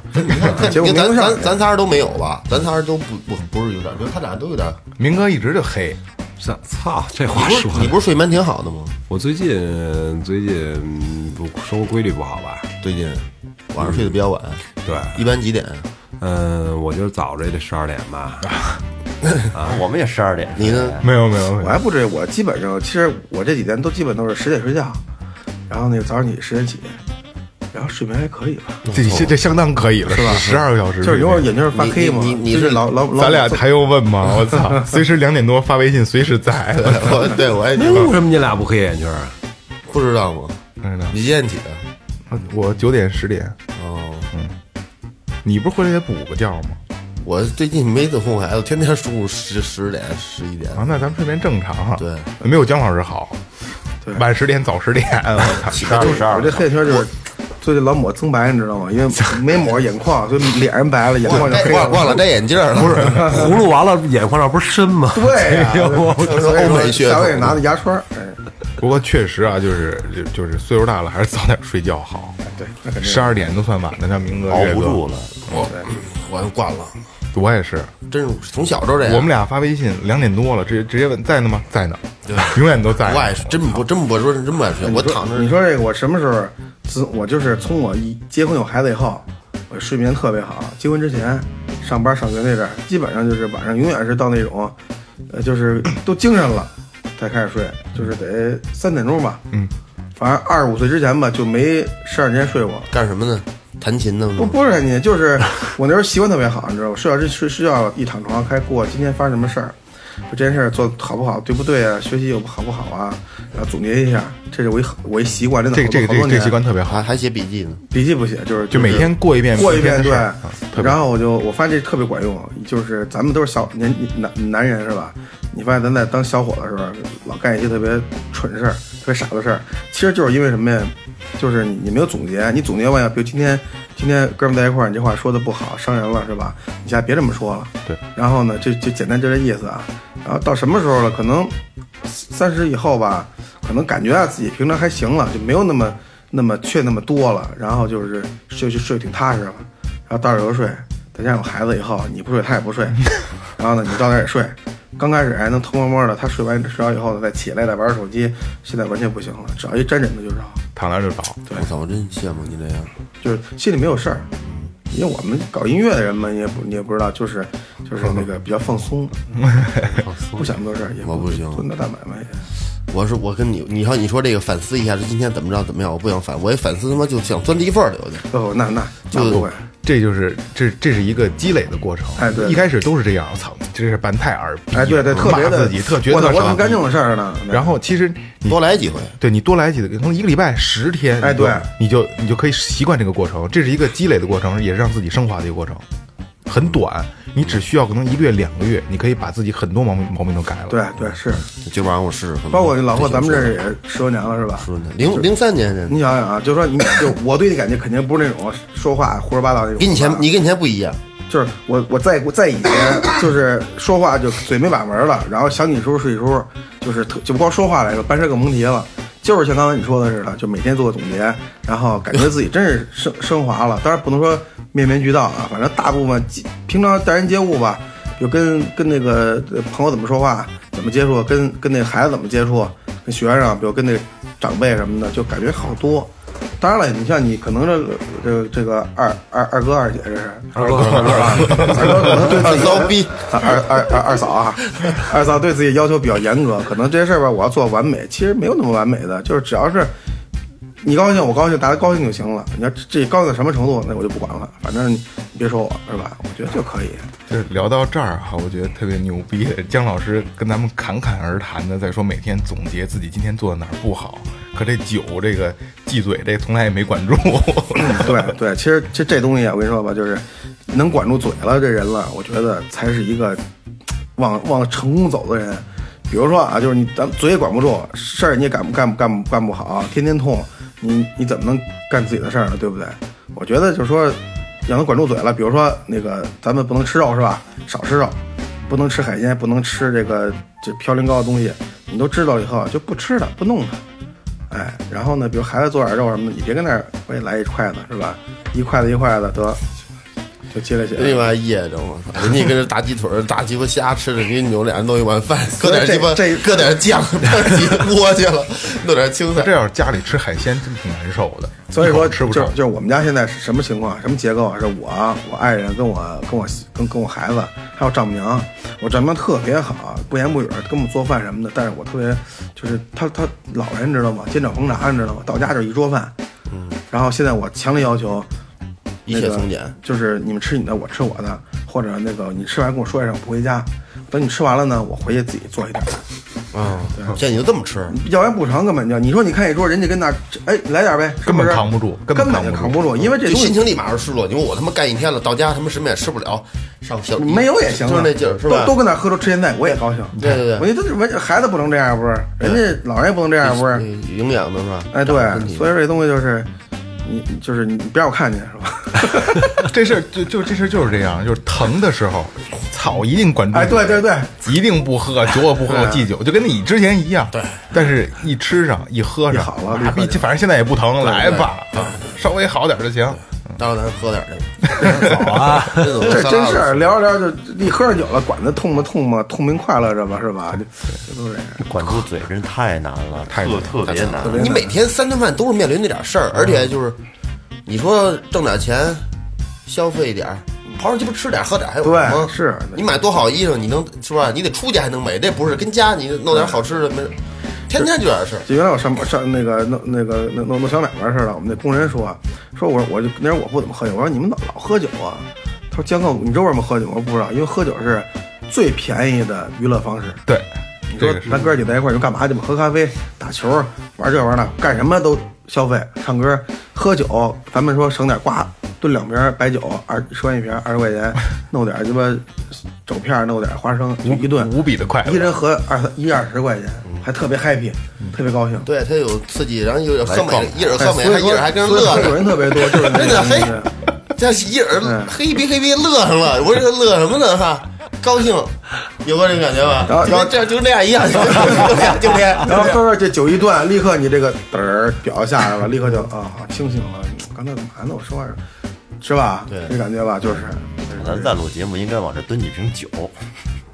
D: 看，
G: 结果没
D: 咱
G: 用上
D: 咱，咱仨人都没有吧？咱仨人都不不不是有点，就是他俩都有点。
C: 明哥一直就黑，
E: 操操，这
D: 你
E: 话
D: 不是
E: 说
D: 你
E: 的，
D: 不是睡眠挺好的吗？
E: 我最近最近嗯不生活规律不好吧？
D: 最近晚上睡得比较晚，
E: 对，
D: 一般几点？
E: 嗯，我就是早着得十二点吧，
F: 我们也十二点。
D: 你呢？
C: 没有没有没
G: 我
C: 有，
G: 还不至于，我基本上其实我这几天都基本都是十点睡觉，然后那个早上起十点起，然后睡眠还可以吧，
C: 这这这相当可以了，是吧？十二个小时，
G: 就是有会儿眼睛是发
D: 你
G: 黑嘛，
D: 你你你
G: 就是是老老老
C: 咱俩还用问吗？我 操，随时两点多发微信，随时 在的。
D: 我对我也觉得
E: 哎为什么你俩不黑眼圈？啊
D: 不知道吗？
C: 真的
D: 你几点起的？
C: 我九点十点，
D: 哦，
C: 你不是回来得补个觉吗？
D: 我最近没怎么哄孩子，天天中午十十点十一点
C: 啊，那咱们睡眠正常。
D: 对，
C: 没有姜老师好，晚十点早十点，哎 我操，
F: 十二
G: 就是
F: 十二
G: 我这黑眼圈就是最近老抹增白，你知道吗？因为没抹眼眶，所以脸上白了，眼眶就黑
D: 哎忘忘了戴眼镜了，不是？
E: 葫芦完了，眼眶上不是深吗？
G: 对
D: 哎
G: 呀、
E: 我
G: 所以
D: 欧
G: 说
D: 美血统
G: 下回拿的牙刷，哎，
C: 不过确实啊，就是就就是岁数大了，还是早点睡觉好。
G: 对，那肯定
C: 十二点都算晚的，像明哥
F: 熬
C: 这
F: 不住
C: 个，
F: 了，
D: 我挂了，
C: 我也是。
D: 真是从小就这样。
C: 我们俩发微信两点多了，直接直接问在呢吗？在呢，永远都在
D: 不。爱睡，真不真不说真不爱睡，我躺
G: 你
D: 着
G: 说这个，我什么时候？自我就是从我一结婚有孩子以后，我睡眠特别好。结婚之前，上班上学那阵儿，基本上就是晚上永远是到那种，呃，就是都精神了才开始睡，就是得三点钟吧。嗯，反正二十五岁之前吧，就没十二年睡过。
D: 干什么呢？弹琴呢？
C: 嗯
G: 不不是你，就是我那时候习惯特别好，你知道吗？睡觉之睡睡觉一躺床开过，今天发生什么事儿，我这件事儿做得好不好，对不对啊？学习有好不好啊？然后总结一下，这是我一我一习惯，真的
C: 这个这个
G: 好
C: 这
G: 多
C: 个这个习惯
G: 好
C: 特
G: 多年
C: 别
D: 还
C: 好，
D: 还写笔记呢？
G: 笔记不写，就是
C: 就每
G: 是
C: 天过一遍
G: 过一
C: 明天的
G: 遍对
C: 事儿嗯特，别
G: 然
C: 好
G: 后我就我发现这特别管用，就是咱们都是小年男男人是吧？你发现咱在当小伙子的时候，老干一些特别蠢事儿、特别傻的事儿，其实就是因为什么呀？就是你你没有总结，你总结完呀，比如今天今天哥们在一块儿，你这话说的不好，伤人了是吧？你下次别这么说了。
C: 对。
G: 然后呢，就就简单就这意思啊。然后到什么时候了？可能三十以后吧，可能感觉啊自己平常还行了，就没有那么那么缺那么多了，然后就是睡睡睡挺踏实了，然后到时候睡，再加上有孩子以后，你不睡他 也不睡，然后呢你到那儿也睡，刚开始还能偷摸摸的，他睡完睡着以后呢再起来再玩手机，现在完全不行了，只要一沾枕头就着，
C: 躺那儿就倒。
D: 我操，我哎真羡慕你这样。
G: 就是心里没有事儿。因为我们搞音乐的人嘛，你也不你也不知道，就是就是那个比较 放松，不想那么多事儿，也
D: 我不行
G: 做那大买卖去。
D: 我是我跟你，你要你说这个反思一下，这今天怎么着怎么样？我不想反，我一反思他妈就想钻地缝儿里头去。
G: 哦，那那那
D: 就
G: 不会，
C: 这就是这这是一个积累的过程。
G: 哎对
C: 一开始都是这样，我操，这是扮太耳逼，
G: 哎，对对，特别
C: 嗯骂
G: 的
C: 自己，特觉得
G: 我操
C: 特
G: 我怎么
C: 傻
G: 干这种事儿呢？
C: 然后其实你
D: 多来几回，
C: 对你多来几个，可能一个礼拜十天，
G: 哎
C: 你就
G: 对
C: 你就你就可以习惯这个过程，这是一个积累的过程，也是让自己升华的一个过程，很短，你只需要可能一个月两个月，你可以把自己很多毛病毛病都改了。
G: 对对是，
D: 今晚上我试试。可能
G: 包括老霍，咱们这儿也十多年了是吧？
D: 说呢，零零三年人
G: 你，想想啊，就说你就我对你感觉肯定不是那种说话胡说八道那种。啊
D: 跟你前你跟你前不一 样，
G: 就是我我在在以前就是说话就嘴没把门儿了，然后想你叔是你叔，就是特就不光说话来说，办事更蒙题了。就是像刚才你说的似的，就每天做个总结，然后感觉自己真是升升华了。当然不能说面面俱到啊，反正大部分基平常待人接物吧，就跟跟那个呃朋友怎么说话，怎么接触，跟跟那孩子怎么接触，跟学生，比如跟那长辈什么的，就感觉好多。当然了，你像你可能这这这个二二二哥二姐这是二哥二哥二哥可能对自己
D: 二骚逼
G: 二二二二嫂啊，二嫂对自己要求比较严格，可能这些事儿吧，我要做完美，其实没有那么完美的，就是只要是你高兴，我高兴，大家高兴就行了。你要这高兴到什么程度，那我就不管了，反正你别说我是吧？我觉得就可以。
C: 就是聊到这儿哈、我觉得特别牛逼的，姜老师跟咱们侃侃而谈的，在说每天总结自己今天做的哪儿不好，可这酒这个忌嘴这从来也没管住。
G: 对对，其实这这东西啊，我跟你说吧，就是能管住嘴了这人了，我觉得才是一个往往成功走的人。比如说啊，就是你咱嘴也管不住，事儿你也干不干不干不干不好，啊天天痛，你你怎么能干自己的事儿呢？对不对？我觉得就是说，让他管住嘴了。比如说那个，咱们不能吃肉是吧？少吃肉，不能吃海鲜，不能吃这个这嘌呤高的东西，你都知道以后就不吃它，不弄它。哎，然后呢，比如孩子做点肉什么的，你别跟那儿，我也来一筷子是吧？一筷子一筷子得，就接了起来。
D: 人家哎妈噎着我操！啊人家跟这大鸡腿儿、大鸡巴虾吃着，你扭脸弄一碗饭，搁
G: 以
D: 点
G: 这
D: 鸡巴
G: 这，
D: 搁点 酱，弄几锅去了，弄点青菜
C: 这。要是家里吃海鲜，真挺难受的。
G: 所以
C: 一口
G: 说，
C: 吃不
G: 就
C: 上
G: 就是我们家现在是什么情况，什么结构啊？是我、我爱人跟我、跟我、跟跟我孩子，还有丈母娘。我丈母娘特别好，啊不言不语，跟我们做饭什么的。但是我特别就是她她老人你知道吗？煎炒烹炸你知道吗？到家就是一桌饭。嗯。然后现在我强烈要求，
D: 一切
G: 那个
D: 从简，
G: 就是你们吃你的，我吃我的，或者那个你吃完跟我说一声，我不回家。等你吃完了呢，我回去自己做一点儿。
D: 啊现在你就这么吃，
G: 要然不成，根本就你说你看一桌，人家跟那儿哎来点儿呗，是
C: 根
G: 不
C: 本
G: 是
C: 扛不住
G: 根
C: 根
G: 本
C: 本
G: 就扛
C: 扛
G: 不
C: 不
G: 住，因为这
D: 就
G: 东西
D: 心情立马就失落。你说我他妈干一天了，到家他妈什么也吃不了，上小
G: 没有也行啊，
D: 就是那劲儿，是吧？
G: 都都跟那儿喝粥吃咸菜，我也高兴。
D: 对对对
G: 我觉得这人孩子不能这样，不是？人家老人也不能这样，不是？
D: 嗯营养的是吧？
G: 哎，对
D: 长身，体
G: 所以说这东西就是，你就是你别让我看见，是吧？
C: 这事儿就就这事儿就是这样，就是疼的时候，草一定管住。
G: 哎对哎 对对，
C: 一定不喝酒，我不喝，我忌酒，就跟你之前一样。对，但是一吃上一喝上，
G: 一好了立
C: 麻
G: 刻
C: 痹
G: 就
C: 反正现在也不疼，来吧，啊稍微好点儿就行。
D: 待会儿咱喝点儿
E: 好啊，
D: 这个，
G: 这
D: 这
G: 真是聊着聊着就一喝上酒了，管他痛不痛嘛，痛并快乐着吧，是吧？这都是这样。
F: 管住嘴真太难了，
C: 太难
F: 特
C: 了
F: 特别难。
D: 你每天三顿饭都是面临那点事儿，而
G: 嗯
D: 且就是，你说挣点钱，消费一点儿，刨上鸡巴吃点儿喝点儿还有
G: 对
D: 什么？
G: 是
D: 你买多好衣裳，你能是吧？你得出去还能美，这不是跟家你弄点好吃的没，天天就点事儿。
G: 就原来我上班上那个弄那个弄弄弄小买卖似的，我们那工人说说我我就那时候我不怎么喝酒，我说你们老老喝酒啊？他说江哥，你知道为什么喝酒吗？我说不知道，因为喝酒是最便宜的娱乐方式。
C: 对，
G: 你
C: 这
G: 说
C: 个是
G: 咱哥几个在一块儿，你说干嘛去吧？喝咖啡、打球、玩这玩那，干什么都消费。唱歌、喝酒，咱们说省点瓜，炖两瓶白酒，二十块一瓶，二十块钱，弄点鸡巴肘片儿，弄点花生，就一顿
C: 无比的快乐嗯
G: 一人合二三一二十块钱，还特别 happy，特别高兴。
D: 对，它有刺激，然后又有喝美
F: 来，
D: 一人
G: 哎
D: 喝美，
G: 所
D: 还
G: 以
D: 一
G: 说
D: 人还跟人乐
G: 所以说
D: 呢
G: 人。特别多， 就是那
D: 真的
G: 个
D: 嘿
G: 那个，
D: 这一人
G: 嗯
D: 嘿逼嘿逼乐上了，我这乐什么呢哈？高兴，有过这种感觉吧？
G: 然后然后
D: 这样就是那样一样，就 这样，就这样。
G: 然后喝着这酒一断，立刻你这个嘚儿表下来了，立刻就啊清醒了。刚才干嘛呢？我说话是是吧？
D: 对
G: 这感觉吧，就是。
F: 咱再录节目，应该往这蹲几瓶酒，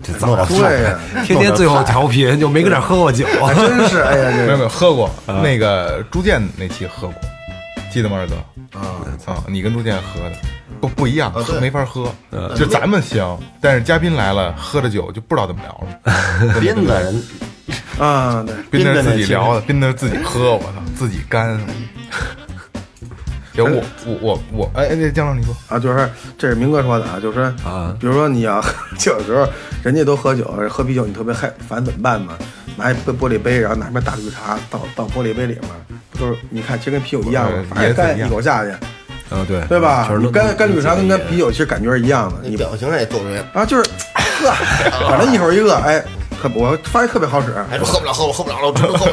F: 这
E: 早
C: 哦
F: 弄点
G: 对呀，
E: 天天最后调皮，就没跟这儿喝过酒。啊
G: 还真是哎呀，
C: 没
G: 这
C: 有
G: 个
C: 没有喝过那个朱建那期喝过，记得吗，二哥？啊啊，你跟朱建喝的。不不一样，
E: 啊
C: 喝没法喝，
E: 嗯
C: 就咱们行，但是嘉宾来了，喝了酒就不知道怎么聊 了。
F: 斌子人
G: 啊，对，
C: 斌子自己聊的，斌子自己喝，我操，自己 干。
E: 呃
C: 行，我我我我，哎哎，那姜老师你说，
E: 哦
G: 啊，就是说这是明哥说的啊，就是说
E: 啊
G: 比如说你要喝酒的时候，人家都喝酒，喝啤酒你特别害烦怎么办呢？拿一杯玻璃杯，然后拿杯大绿茶倒倒玻璃杯里面，不就是你看，其实跟啤酒一样嘛
C: 呃，
G: 反正
C: 颜色
G: 干
C: 一
G: 一
C: 样
G: 口下去，
E: 啊，对
G: 对吧
E: 全？是
G: 你干干绿茶跟干啤
E: 酒，
G: 酒其实感觉是一样的，
D: 你
G: 你
D: 表情上也做出来，
G: 啊就是，呵，反正一会儿一个，哎，特我发现特别好使，
E: 哎
D: 还说喝不了，喝不了，喝不了了，我真喝不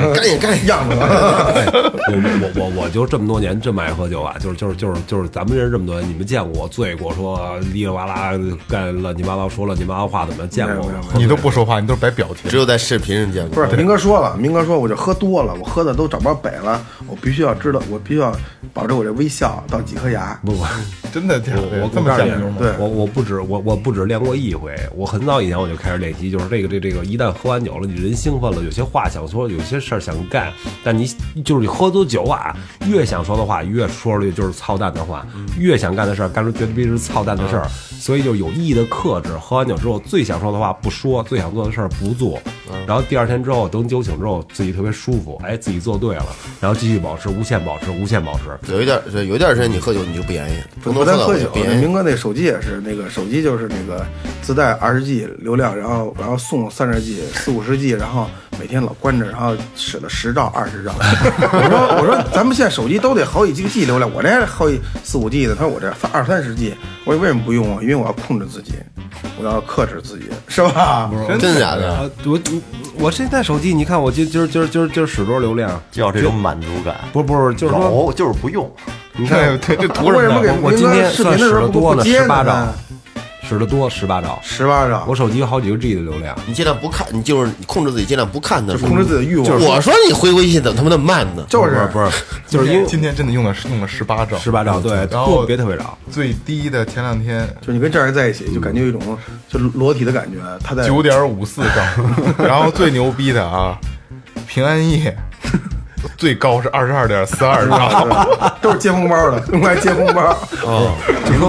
D: 了， 赶紧赶紧。
G: 样子了。
E: 哎我我我我就这么多年这么爱喝酒啊，就是就是就是就是咱们认识这么多年，你们见过我醉过说啊哩哩哇啦干乱七八糟说乱七八糟话怎么 样见过
G: 没有没有没
E: 吗？
C: 你都不说话，你都是摆表情
D: 只。有在视频上见
G: 不
D: 过，
G: 是，明哥说了，明哥说我就喝多了，我喝的都找不着北了，我必须要知道，我必须要保证我这微笑到几颗牙。
E: 不不。
C: 真的假的？
E: 我
C: 这么讲究吗？
G: 对
E: 我我不止我我不止练过一回，我很早以前我就开始练习，就是这个这这个，一旦喝完酒了，你人兴奋了，有些话想说，有些事儿想干，但你就是你喝多酒啊，越想说的话越说出去就是操蛋的话，
C: 嗯
E: 越想干的事儿干出绝对是操蛋的事儿，所以就有意的克制。喝完酒之后，最想说的话不说，最想做的事儿不做，
C: 嗯
E: 然后第二天之后等酒醒之后，自己特别舒服，哎，自己做对了，然后继续保持，无限保持，无限保持。
D: 有一段有一段时间你喝酒你就不言语，不能
G: 不单
D: 喝
G: 喝
D: 到
G: 酒
D: 我，别
G: 那
D: 言
G: 明
D: 语。
G: 哥那手机也是，那个手机就是那个自带二十 G 流量，然后然后送三十 G、四五十 G，然后每天老关着，然后使了十兆、二十兆。 我说我说咱们现在手机都得好几 G G 流量，我这还好几四五 G 呢。他说我这三二三十 G，我说为什么不用啊？因为我要控制自己，我要克制自己，是吧？
D: 真假的？
E: 啊，我我现在手机，你看我今今儿今儿今儿今儿使多少流量？
F: 就要这种满足感，
E: 不是不是，就是说，
F: 有就是不用，
E: 你看
C: 对对，这图
G: 为
C: 什
G: 什么
C: 么
G: 给
C: 呢？
E: 我
G: 明
E: 今
G: 哥
E: 天
G: 视
E: 算
G: 频的时
E: 使
G: 候
E: 得
G: 不
E: 多
G: 不
E: 了
G: 接
E: 18
G: 呢
E: 兆？使得多十八兆，
G: 十八兆，
E: 我手机有好几个 G 的流量。
D: 你尽量不看，你就是你控制自己，尽量不看它。
G: 就控制自己的欲望。
D: 我说你回微信怎么他妈那么慢呢？
G: 就是
E: 不是， 就是因为
C: 今天真的用的是用了十八兆，
E: 十八兆，对，
C: 然后
E: 特别特别少。
C: 最低的前两天
G: 就你跟这样人在一起，就感觉有一种就裸体的感觉。他在
C: 九点五四兆，然后最牛逼的啊，平安夜最高是二十二点四二兆，
G: 都是接红包 的，用来接红包。
D: 哦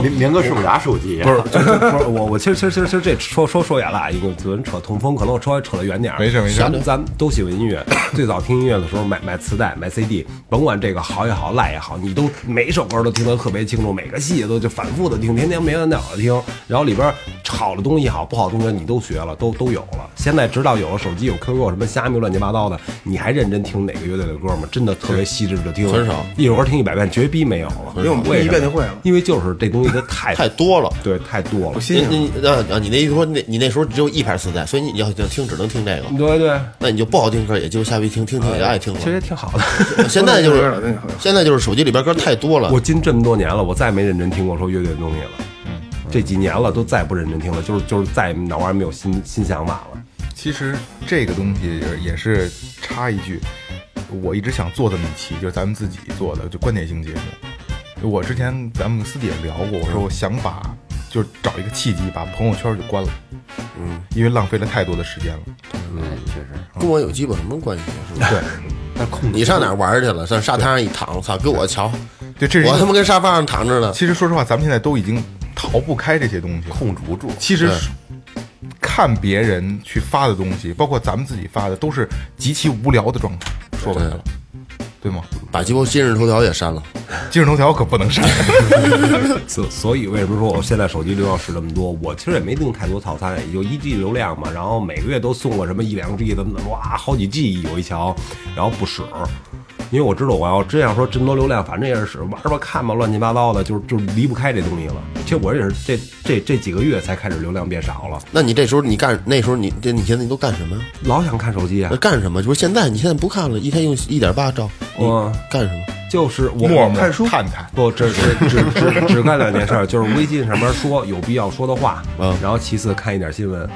F: 明明哥是不是拿手机？
E: 不是，就就不是我，我其实其实其实其实这说说说远了，啊，一个昨天扯痛风，可能我稍微扯得远点儿。
C: 没事没事
E: 咱们咱们都喜欢音乐，最早听音乐的时候买买磁带、买 CD，甭管这个好也好，赖也好，你都每首歌都听得特别清楚，每个细节都就反复的听，天天没完没了的听。然后里边好的东西也好，不好的东西你都学了，都都有了。现在直到有了手机，有 QQ，有什么虾米乱七八糟的，你还认真听哪个乐队的歌吗？真的特别细致的听，
D: 很少，
E: 一首歌听一百遍，绝逼没有了。
G: 因为我们
E: 为什么
G: 一遍就会了
E: 因为就是这东西它太
D: 太多了。
E: 对，太多了。
G: 新颖，
D: 你你啊啊！你那意思说那你那时候只有一盘磁带，所以你你要想听只能听这个，
E: 对对，
D: 那你就不好听歌，也就下回听听听也就爱听
E: 呃其实也
D: 了。呃
E: 挺好的。
D: 现在就
G: 那个那
D: 是
G: 个
D: 现在就是手机里边歌太多了，
E: 我进这么多年了，我再没认真听过说乐队的东西了。这几年了，都再不认真听了，就是就是再脑瓜没有新新想法了。
C: 其实这个东西也是插一句，我一直想做这么一期，就是咱们自己做的，就观点性节目。我之前咱们私底下聊过，我说我想把就是找一个契机把朋友圈就关了，嗯，因为浪费了太多的时间了。
D: 跟我有鸡巴什么关系？啊是 吧？
C: 对，
F: 那控制
D: 你上哪儿玩去了？上沙滩上一躺，操，给我瞧，
C: 对，这是一
D: 我他
C: 个
D: 妈跟沙发上躺着呢。
C: 其实说实话，咱们现在都已经逃不开这些东西了。
F: 控制不住，
C: 其实是看别人去发的东西，包括咱们自己发的，都是极其无聊的状态。说白了，对吗？
D: 把鸡巴今日头条也删了，
C: 今日头条可不能删。
E: 所所以为什么说我现在手机流量使这么多？我其实也没定太多套餐，也就一 G 流量嘛，然后每个月都送个什么一两 G 的，哇，好几 G 有一瞧，然后不使。因为我知道我要真要说这么多流量，反正也是使玩吧看吧，乱七八糟的，就是就是离不开这东西了。其实我也是这这这几个月才开始流量变少了，
D: 那你这时候你干那时候你这你现在你都干什么呀？
E: 老想看手机啊
D: 那。干什么？就是现在你现在不看了，一天用一点八兆，呃你
E: 哇
D: 干什么？
E: 就是我
C: 陌陌
E: 看书
C: 探探
E: 不，这只只只只干两件事儿，就是微信上面说有必要说的话，
D: 嗯
E: 然后其次看一点新闻，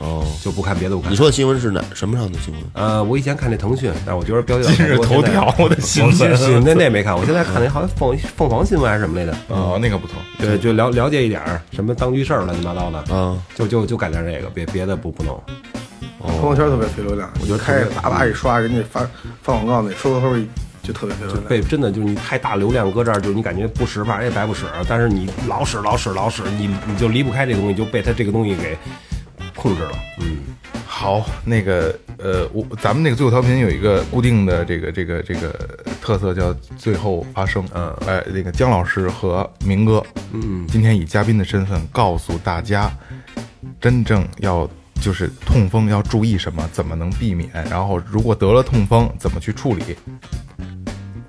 D: 哦，
E: 就不看别的，不看
D: 你。说的新闻是哪什么上的新闻？
E: 呃，我以前看那腾讯，但是我觉得标题有点太多
C: 今日头条我的新闻
E: 现在我今日那那没看，我现在看那好像凤凤凰新闻还啊是什么来的，
C: 哦，那个不错。
E: 对，就了了解一点儿什么当局事儿乱七八糟的，
D: 嗯，
E: 就就就干点这个，别别的不不弄。
G: 朋友圈特别费流量。哦我就开着叭叭一刷，人家发发广告那嗖嗖嗖一就特别费流量。
E: 被真的就是你太大流量搁这儿，就是你感觉不使，反正也白不使。但是你老使老使老使，你你就离不开这个东西，就被它这个东西给控制了。嗯，
C: 好，那个呃，我咱们那个最后调频有一个固定的这个这个这个特色叫最后发声。嗯，哎，那个姜老师和明哥，嗯，今天以嘉宾的身份告诉大家，真正要就是痛风要注意什么，怎么能避免，然后如果得了痛风怎么去处理。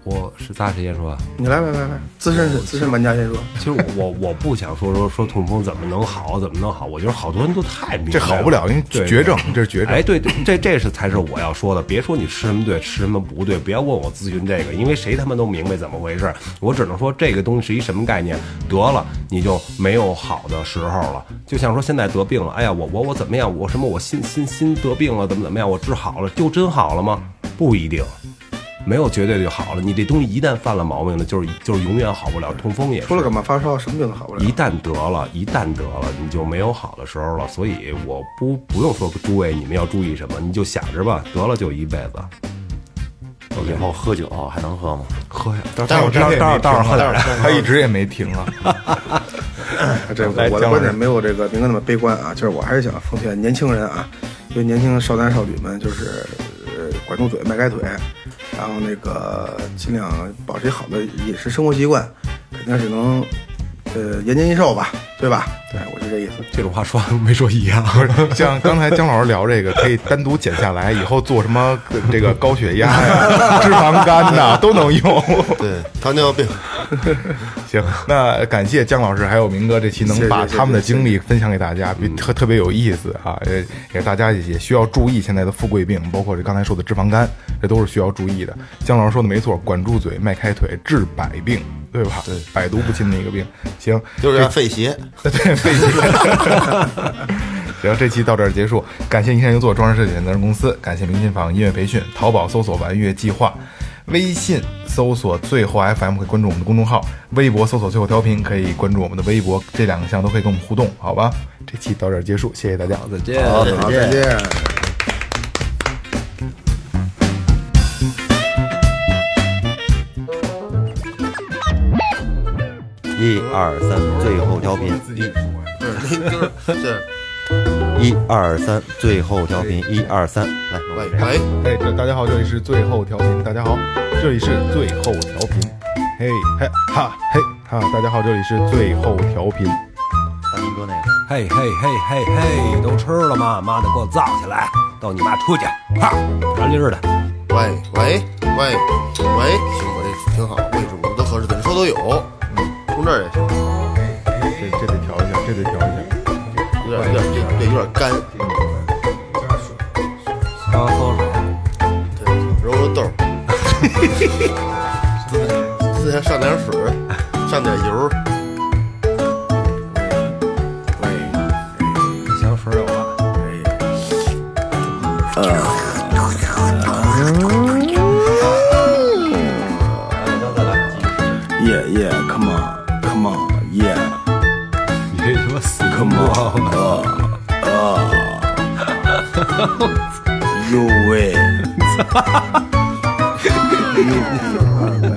E: 我是咱俩谁先说啊？
G: 你来来来来，资深资深玩家先说，
E: 其实我我我不想说说说痛风怎么能好，怎么能好。我觉得好多人都太明白
C: 这好不了因为
E: 对
C: 绝症这是绝症
E: 哎，对，对这这是才是我要说的。别说你吃什么对，吃什么不对，不要问我咨询这个，因为谁他妈都明白怎么回事。我只能说这个东西是一什么概念，得了你就没有好的时候了。就像说现在得病了，哎呀，我我我怎么样，我什么我心心心得病了，怎么怎么样，我治好了，就真好了吗？不一定。没有绝对就好了，你这东西一旦犯了毛病了，就是就是永远好不了。痛风也是
G: 除了感冒发烧，什么病都好不了
E: 一。旦得了，一旦得了，你就没有好的时候了。所以我不不用说诸位你们要注意什么，你就想着吧，得了就一辈子。
F: 以后喝酒还能喝吗？
E: 喝呀，待
C: 但
E: 会
C: 我
E: 儿
C: 之
E: 待
C: 前
E: 会
C: 也
E: 儿待
C: 没
E: 会儿待会儿
C: 停
E: 喝点
C: 啊
E: 儿来。，
C: 他一直也没停啊。
G: 哎这个我的观点没有这个明哥那么悲观啊，就是我还是想奉劝年轻人啊，因为年轻的少男少女们就是呃管住嘴，迈开腿，然后那个尽量保持好的饮食生活习惯，肯定是能呃延年益寿吧，对吧？对，我是这意思。
E: 这种话说完没说一样？
C: 不是，像刚才姜老师聊这个，可以单独剪下来，以后做什么呃这个高血压呀、脂肪肝呐、都能用。
D: 对，糖尿病。
C: 行，那感谢姜老师还有明哥这期能把他们的经历分享给大家，特特别有意思啊！也也大家也需要注意现在的富贵病，包括这刚才说的脂肪肝，这都是需要注意的。姜老师说的没错，管住嘴，迈开腿，治百病。对吧？对，百毒不侵的一个病。行，
D: 就是要费鞋。
C: 对，费劲。行，这期到这儿结束，感谢一山一座装饰设计有限公司，感谢明琴坊音乐培训，淘宝搜索“玩乐计划”，微信搜索“最后 FM” 可以关注我们的公众号，微博搜索“最后调频”可以关注我们的微博，这两项都可以跟我们互动，好吧？这期到这儿结束，谢谢大家，再见。
F: 好，再
G: 好，
F: 见
G: 再。见。
F: 一二三，最后调频。
D: 是，
F: 一二三，最后调频。一二三，来，我
D: 喂
F: 们这样
D: 喂。
C: 哎，这大家好，这里是最后调频，大家好，这里是最后调频，嘿嘿哈嘿哈，大家好，这里是最后调频。
F: 大明哥那个。
E: 嘿嘿嘿嘿嘿，都吃了吗？妈的，给我造起来，到你妈出去！哈，燃溜儿的。
D: 喂喂喂喂，行，我这挺好，位置我们都合适，怎么说都有，从这儿也行，
C: 这这得调一下，这得调一下。
D: 有点有点这这有点干，
E: 刚喝水。
D: 对，揉揉豆儿，自然上点水儿，上点油儿，
E: 香水有了。
G: Yeah yeah come on come on yeah
E: 你这他妈死
G: come on 啊啊，哟喂，哟喂。